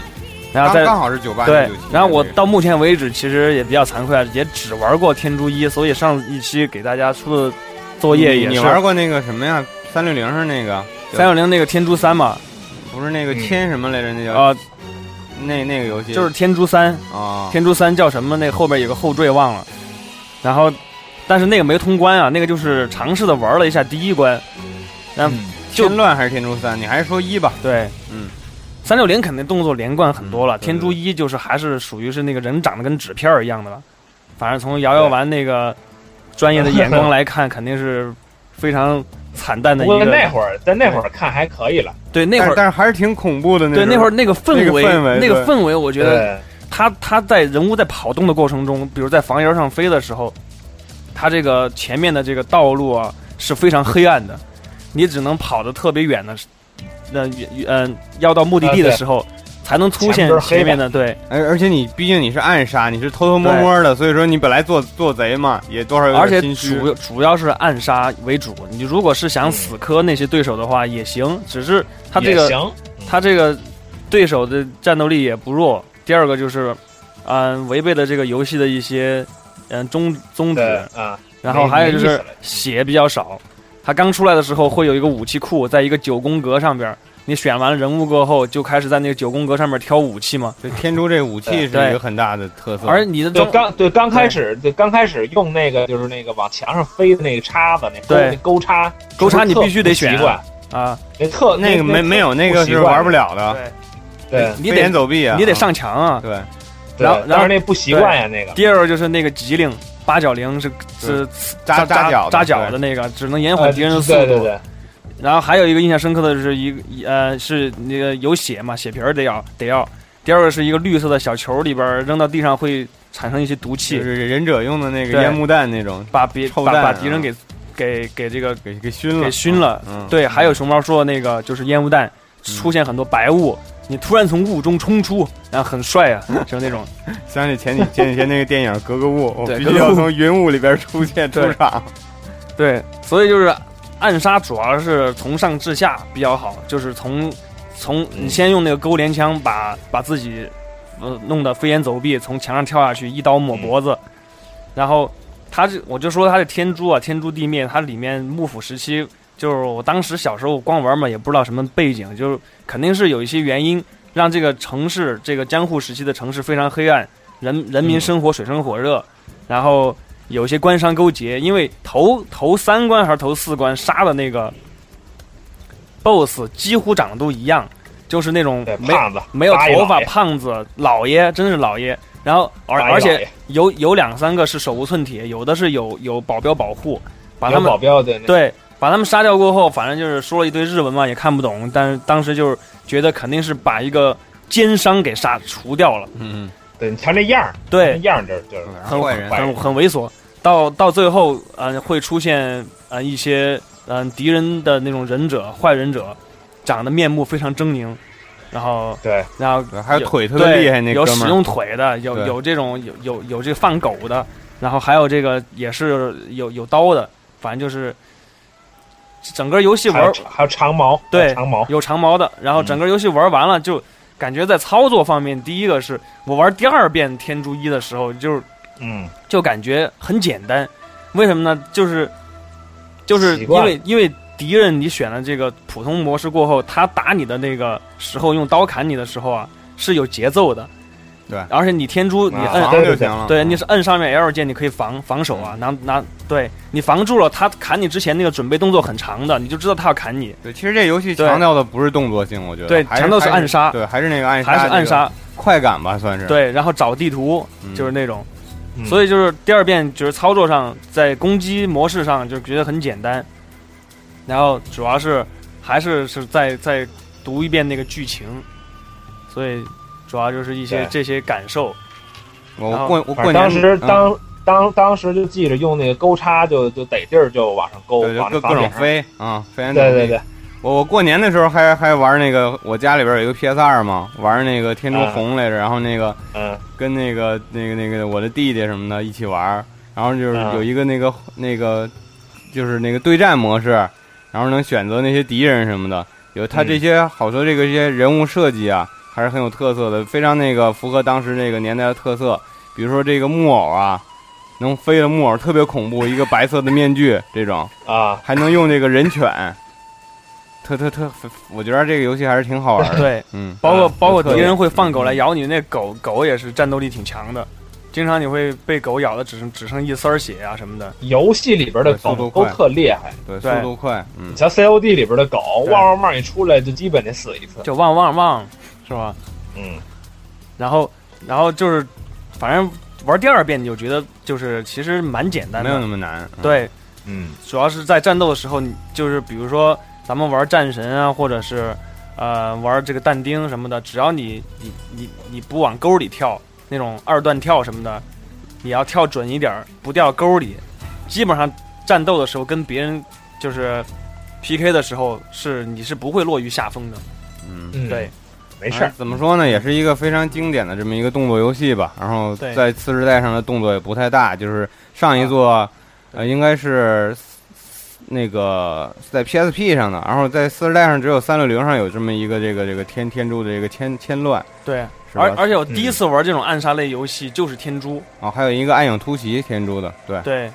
然后
刚
在
刚好是九八
对，然后我到目前为止其实也比较惭愧啊，也只玩过天珠一，所以上一期给大家出的作业也
你
是
玩过那个什么呀？三六零是那个，
三六零那个天珠三嘛，
不是那个天什么来着？那叫、
啊，
那那个游戏
就是天珠三，
啊，
天珠三叫什么？那后边有个后缀忘了，然后但是那个没通关啊，那个就是尝试的玩了一下第一关，嗯就
天乱还是天诛三？你还是说一吧？
对，
嗯，
三六零肯定动作连贯很多了，
嗯对
天珠一就是还是属于是那个人长得跟纸片儿一样的了，反正从摇摇丸那个专业的眼光来看，肯定是非常惨淡的
不
一
过那
个。
会儿在那会儿看还可以了，
对，那
但
会
是
儿
但是还是挺恐怖的那
对那会儿那个
那
氛
个
围
氛围，
那个氛围，我觉得
对
他他在人物在跑动的过程中，比如在房檐上飞的时候，他这个前面的这个道路啊是非常黑暗的，你只能跑得特别远的，那呃要到目的地的时候，才能出现
啊前边儿黑
前面的对
而而且你毕竟你是暗杀，你是偷偷摸摸的，所以说你本来做做贼嘛，也多少有
而且
点心虚。
主主要是暗杀为主。你如果是想死磕那些对手的话也行，只是他这
嗯也
个
行，
他这个对手的战斗力也不弱。第二个就是，嗯、违背了这个游戏的一些嗯、宗宗
对
旨。
啊，
然后还有就
没意
是
思了
血比较少。他刚出来的时候会有一个武器库，在一个九宫格上边儿，你选完人物过后就开始在那个九宫格上面挑武器嘛。
就天珠这武器是一
对
个很大的特色，
而你的
对
装
刚对刚开始对刚开始用那个就是那个往墙上飞的那个叉子，那勾
对
那钩叉，
钩叉你
特
必须得
不
选
习惯，
啊，
那特
那个没
特
没有那个
习
是
惯
玩不了的，
对，
你
飞檐
得
走壁啊，
你得
啊
上墙啊。
对，
对
然后然
但
后
是那不习惯呀那个，
第二个就是那个吉令八角铃是是
扎
扎
脚
扎
扎
脚的，那个，只能延
呃
缓敌人的速
对对
度。
对，
然后还有一个印象深刻的就是一个一呃是那个有血嘛，血瓶儿得要得要。第二个是一个绿色的小球里边儿扔到地上会产生一些毒气，
就是忍者用的那个
对
烟幕弹那种，
把别
臭
把
蛋
把
啊
敌人给给给这个
给给熏了，
给熏了。
嗯，
对，还有熊猫说的那个就是烟雾弹，出现很多白雾，你突然从雾中冲出，然后很帅 啊，就是那种。
想起前几前几天那个电影《格格巫》，我
对
必
格
须
格
要
巫
从云雾里边出现出
对
场。
对，所以就是暗杀主要是从上至下比较好，就是从从
嗯
你先用那个勾镰枪把把自己呃弄得飞檐走壁，从墙上跳下去，一刀抹脖子，然后他这我就说他的天珠啊，天珠地面，它里面幕府时期。就是我当时小时候光玩嘛，也不知道什么背景，就是肯定是有一些原因让这个城市，这个江户时期的城市非常黑暗，人人民生活水深火热，然后有些官商勾结，因为头头三关还是头四关杀的那个 BOSS 几乎长得都一样，就是那种
对
没
胖子
没有
八一
头发、
老爷
胖子、老爷，真是老爷。然后而
八一
而
老
且
爷
有有两三个是手无寸铁，有的是有有保镖保护，把他
有
们
保镖对那
对，把他们杀掉过后，反正就是说了一堆日文嘛，也看不懂，但是当时就是觉得肯定是把一个奸商给杀除掉了，
嗯，
对，你瞧那样儿，那
对，嗯
样儿就是就是
很
坏人
坏
很很猥琐。到到最后，嗯、会出现呃一些嗯、呃敌人的那种忍者、坏忍者，长得面目非常狰狞，然后
对
然后
对还有腿特别
对
厉害那
有
哥
使
们儿，
用腿的，有
对
有这种有有有这个放狗的，然后还有这个也是有有刀的，反正就是整个游戏
还有
玩
长还有长毛，
对
还有长毛，
有长毛的，然后整个游戏玩完了就感觉在操作方面，第一个是我玩第二遍天珠一的时候，就是
嗯，
就感觉很简单，为什么呢？就是就是
习
因
惯了
为因为敌人你选了这个普通模式过后，他打你的那个时候用刀砍你的时候啊是有节奏的，
对啊
而且你天珠你摁、
防嗯
对
就
对
行了。
对，你是摁上面 L 键，你可以防防守啊，拿拿对你防住了，他砍你之前那个准备动作很长的，你就知道他要砍你，
对，其实这游戏
对
强调的不是动作性，我觉得
对
还是
强调是
还
暗杀
对，还是那个暗杀，
还是暗杀，
快感吧，算是。，
对，然后找地图
嗯
就是那种，
嗯
所以就是第二遍就是操作上，在攻击模式上就觉得很简单，然后主要是还是是再再读一遍那个剧情，所以主要就是一些
对
这些感受，然
我
后
过我
反
过
正
年
当时
嗯
当当当时就记着用那个钩叉就就逮地儿就往上勾，
嗯对就
往
各
那
各
房
种
顶上，
飞啊，飞檐
对
走壁
对对，
我我过年的时候还还玩那个，我家里边有一个 PS 二嘛，玩那个天珠
嗯
红来着，然后那个
嗯，
跟那个那个那个我的弟弟什么的一起玩，然后就是
啊
嗯
有一个那个那个就是那个对战模式，然后能选择那些敌人什么的，有他
嗯
这些好多这个这些人物设计啊，还是很有特色的，非常那个符合当时那个年代的特色，比如说这个木偶啊。能飞的木偶特别恐怖，一个白色的面具 这种，
啊，
还能用这个人犬，特特特，我觉得这个游戏还是挺好玩的。
对，
嗯，
包括
啊
包括
有特
敌
点
人会放狗来咬你，那狗狗也是战斗力挺强的。经常你会被狗咬的只剩只剩一丝儿血啊什么的，
游戏里边的
对速度
狗
快
都特厉害，
对，速
对
度快，嗯
你，像 COD 里边的狗，
对
汪汪汪一出来就基本得死一次，
就汪汪汪，是吧？
嗯，
然后然后就是，反正玩第二遍你就觉得，就是其实蛮简单
没有那
的。
么难。嗯，
对，
嗯
主要是在战斗的时候，你就是比如说咱们玩战神啊，或者是呃玩这个但丁什么的，只要你你你你不往沟里跳，那种二段跳什么的，你要跳准一点儿，不掉沟里，基本上战斗的时候跟别人就是 PK 的时候是你是不会落于下风的。
嗯，
嗯，
对，
没事儿
啊，怎么说呢？也是一个非常经典的这么一个动作游戏吧。然后
对啊
在次世代上的动作也不太大，就是上一座、呃应该是那个在 PSP 上的，然后在次世代上只有三六零上有这么一个这个这个天天珠的这个千千乱，
对，
是吧
而而且我第一次玩这种暗杀类游戏就是天珠，
哦，还有一个暗影突袭天珠的，对，
对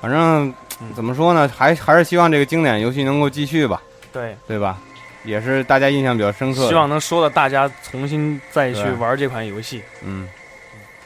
反正
嗯
怎么说呢，还还是希望这个经典游戏能够继续吧，
对，
对吧？也是大家印象比较深刻的。
希望能说的大家重新再去
对
玩这款游戏。
嗯，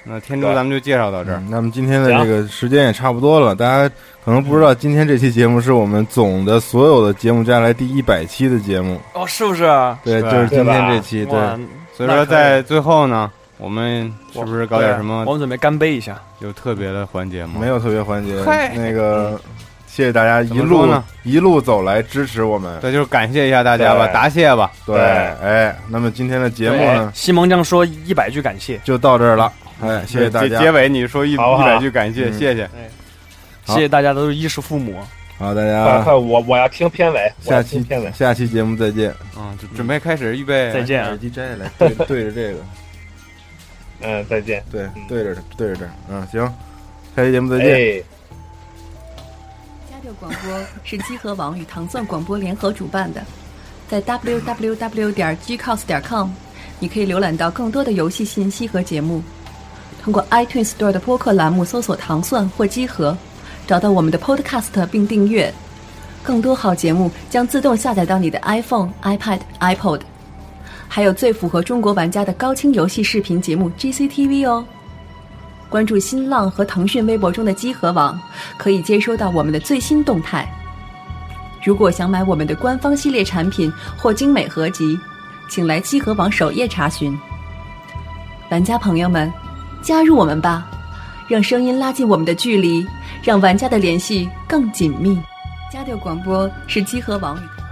那天珠咱们就介绍到这儿。
嗯，那么今天的这个时间也差不多了，大家可能不知
嗯
道，今天这期节目是我们总的所有的节目加起来第一百期的节目，
哦，是不是啊？
对，
是
就是今
对
天
吧
这期，对，
哇，
所以说，
那可以
在最后呢，我们是不是搞点什
对
么
我们准备干杯一下。
有特别的环节吗？
没
有，
有特别环节
嗨，
那个谢谢大家一
嗯怎么说
路
呢
一路走来支持我们，
对，就是感谢一下大家吧，
对
答谢吧。
对，哎，那么今天的节目呢
西蒙将说一百句感谢，
就到这儿了，哎，谢谢大
结
家
结，尾你说一一
好好
百句感谢，
嗯
谢谢。
谢谢大家都是衣食父母。
好，大
嗯
快
家
快，我我要听片尾，我
下
要听
期
片尾。
下期节目再见，
嗯，就准备开始，预备，
再见啊！
机摘下来， 对对着这个，
嗯，再见，
对
嗯
对着对着这儿，嗯，行，下期节目再见。
哎，
家调广播是鸡和网与糖蒜广播联合主办的，在 www 点 gcos 点 com，你可以浏览到更多的游戏信息和节目。通过 iTunes Store 的播客栏目搜索“糖蒜”或“鸡和”，找到我们的 Podcast 并订阅。更多好节目将自动下载到你的 iPhone、iPad、iPod，还有最符合中国玩家的高清游戏视频节目 GCTV 哦。关注新浪和腾讯微博中的“机核网”，可以接收到我们的最新动态。如果想买我们的官方系列产品或精美合集，请来机核网首页查询。玩家朋友们，加入我们吧，让声音拉近我们的距离，让玩家的联系更紧密。加六广播是机核网与。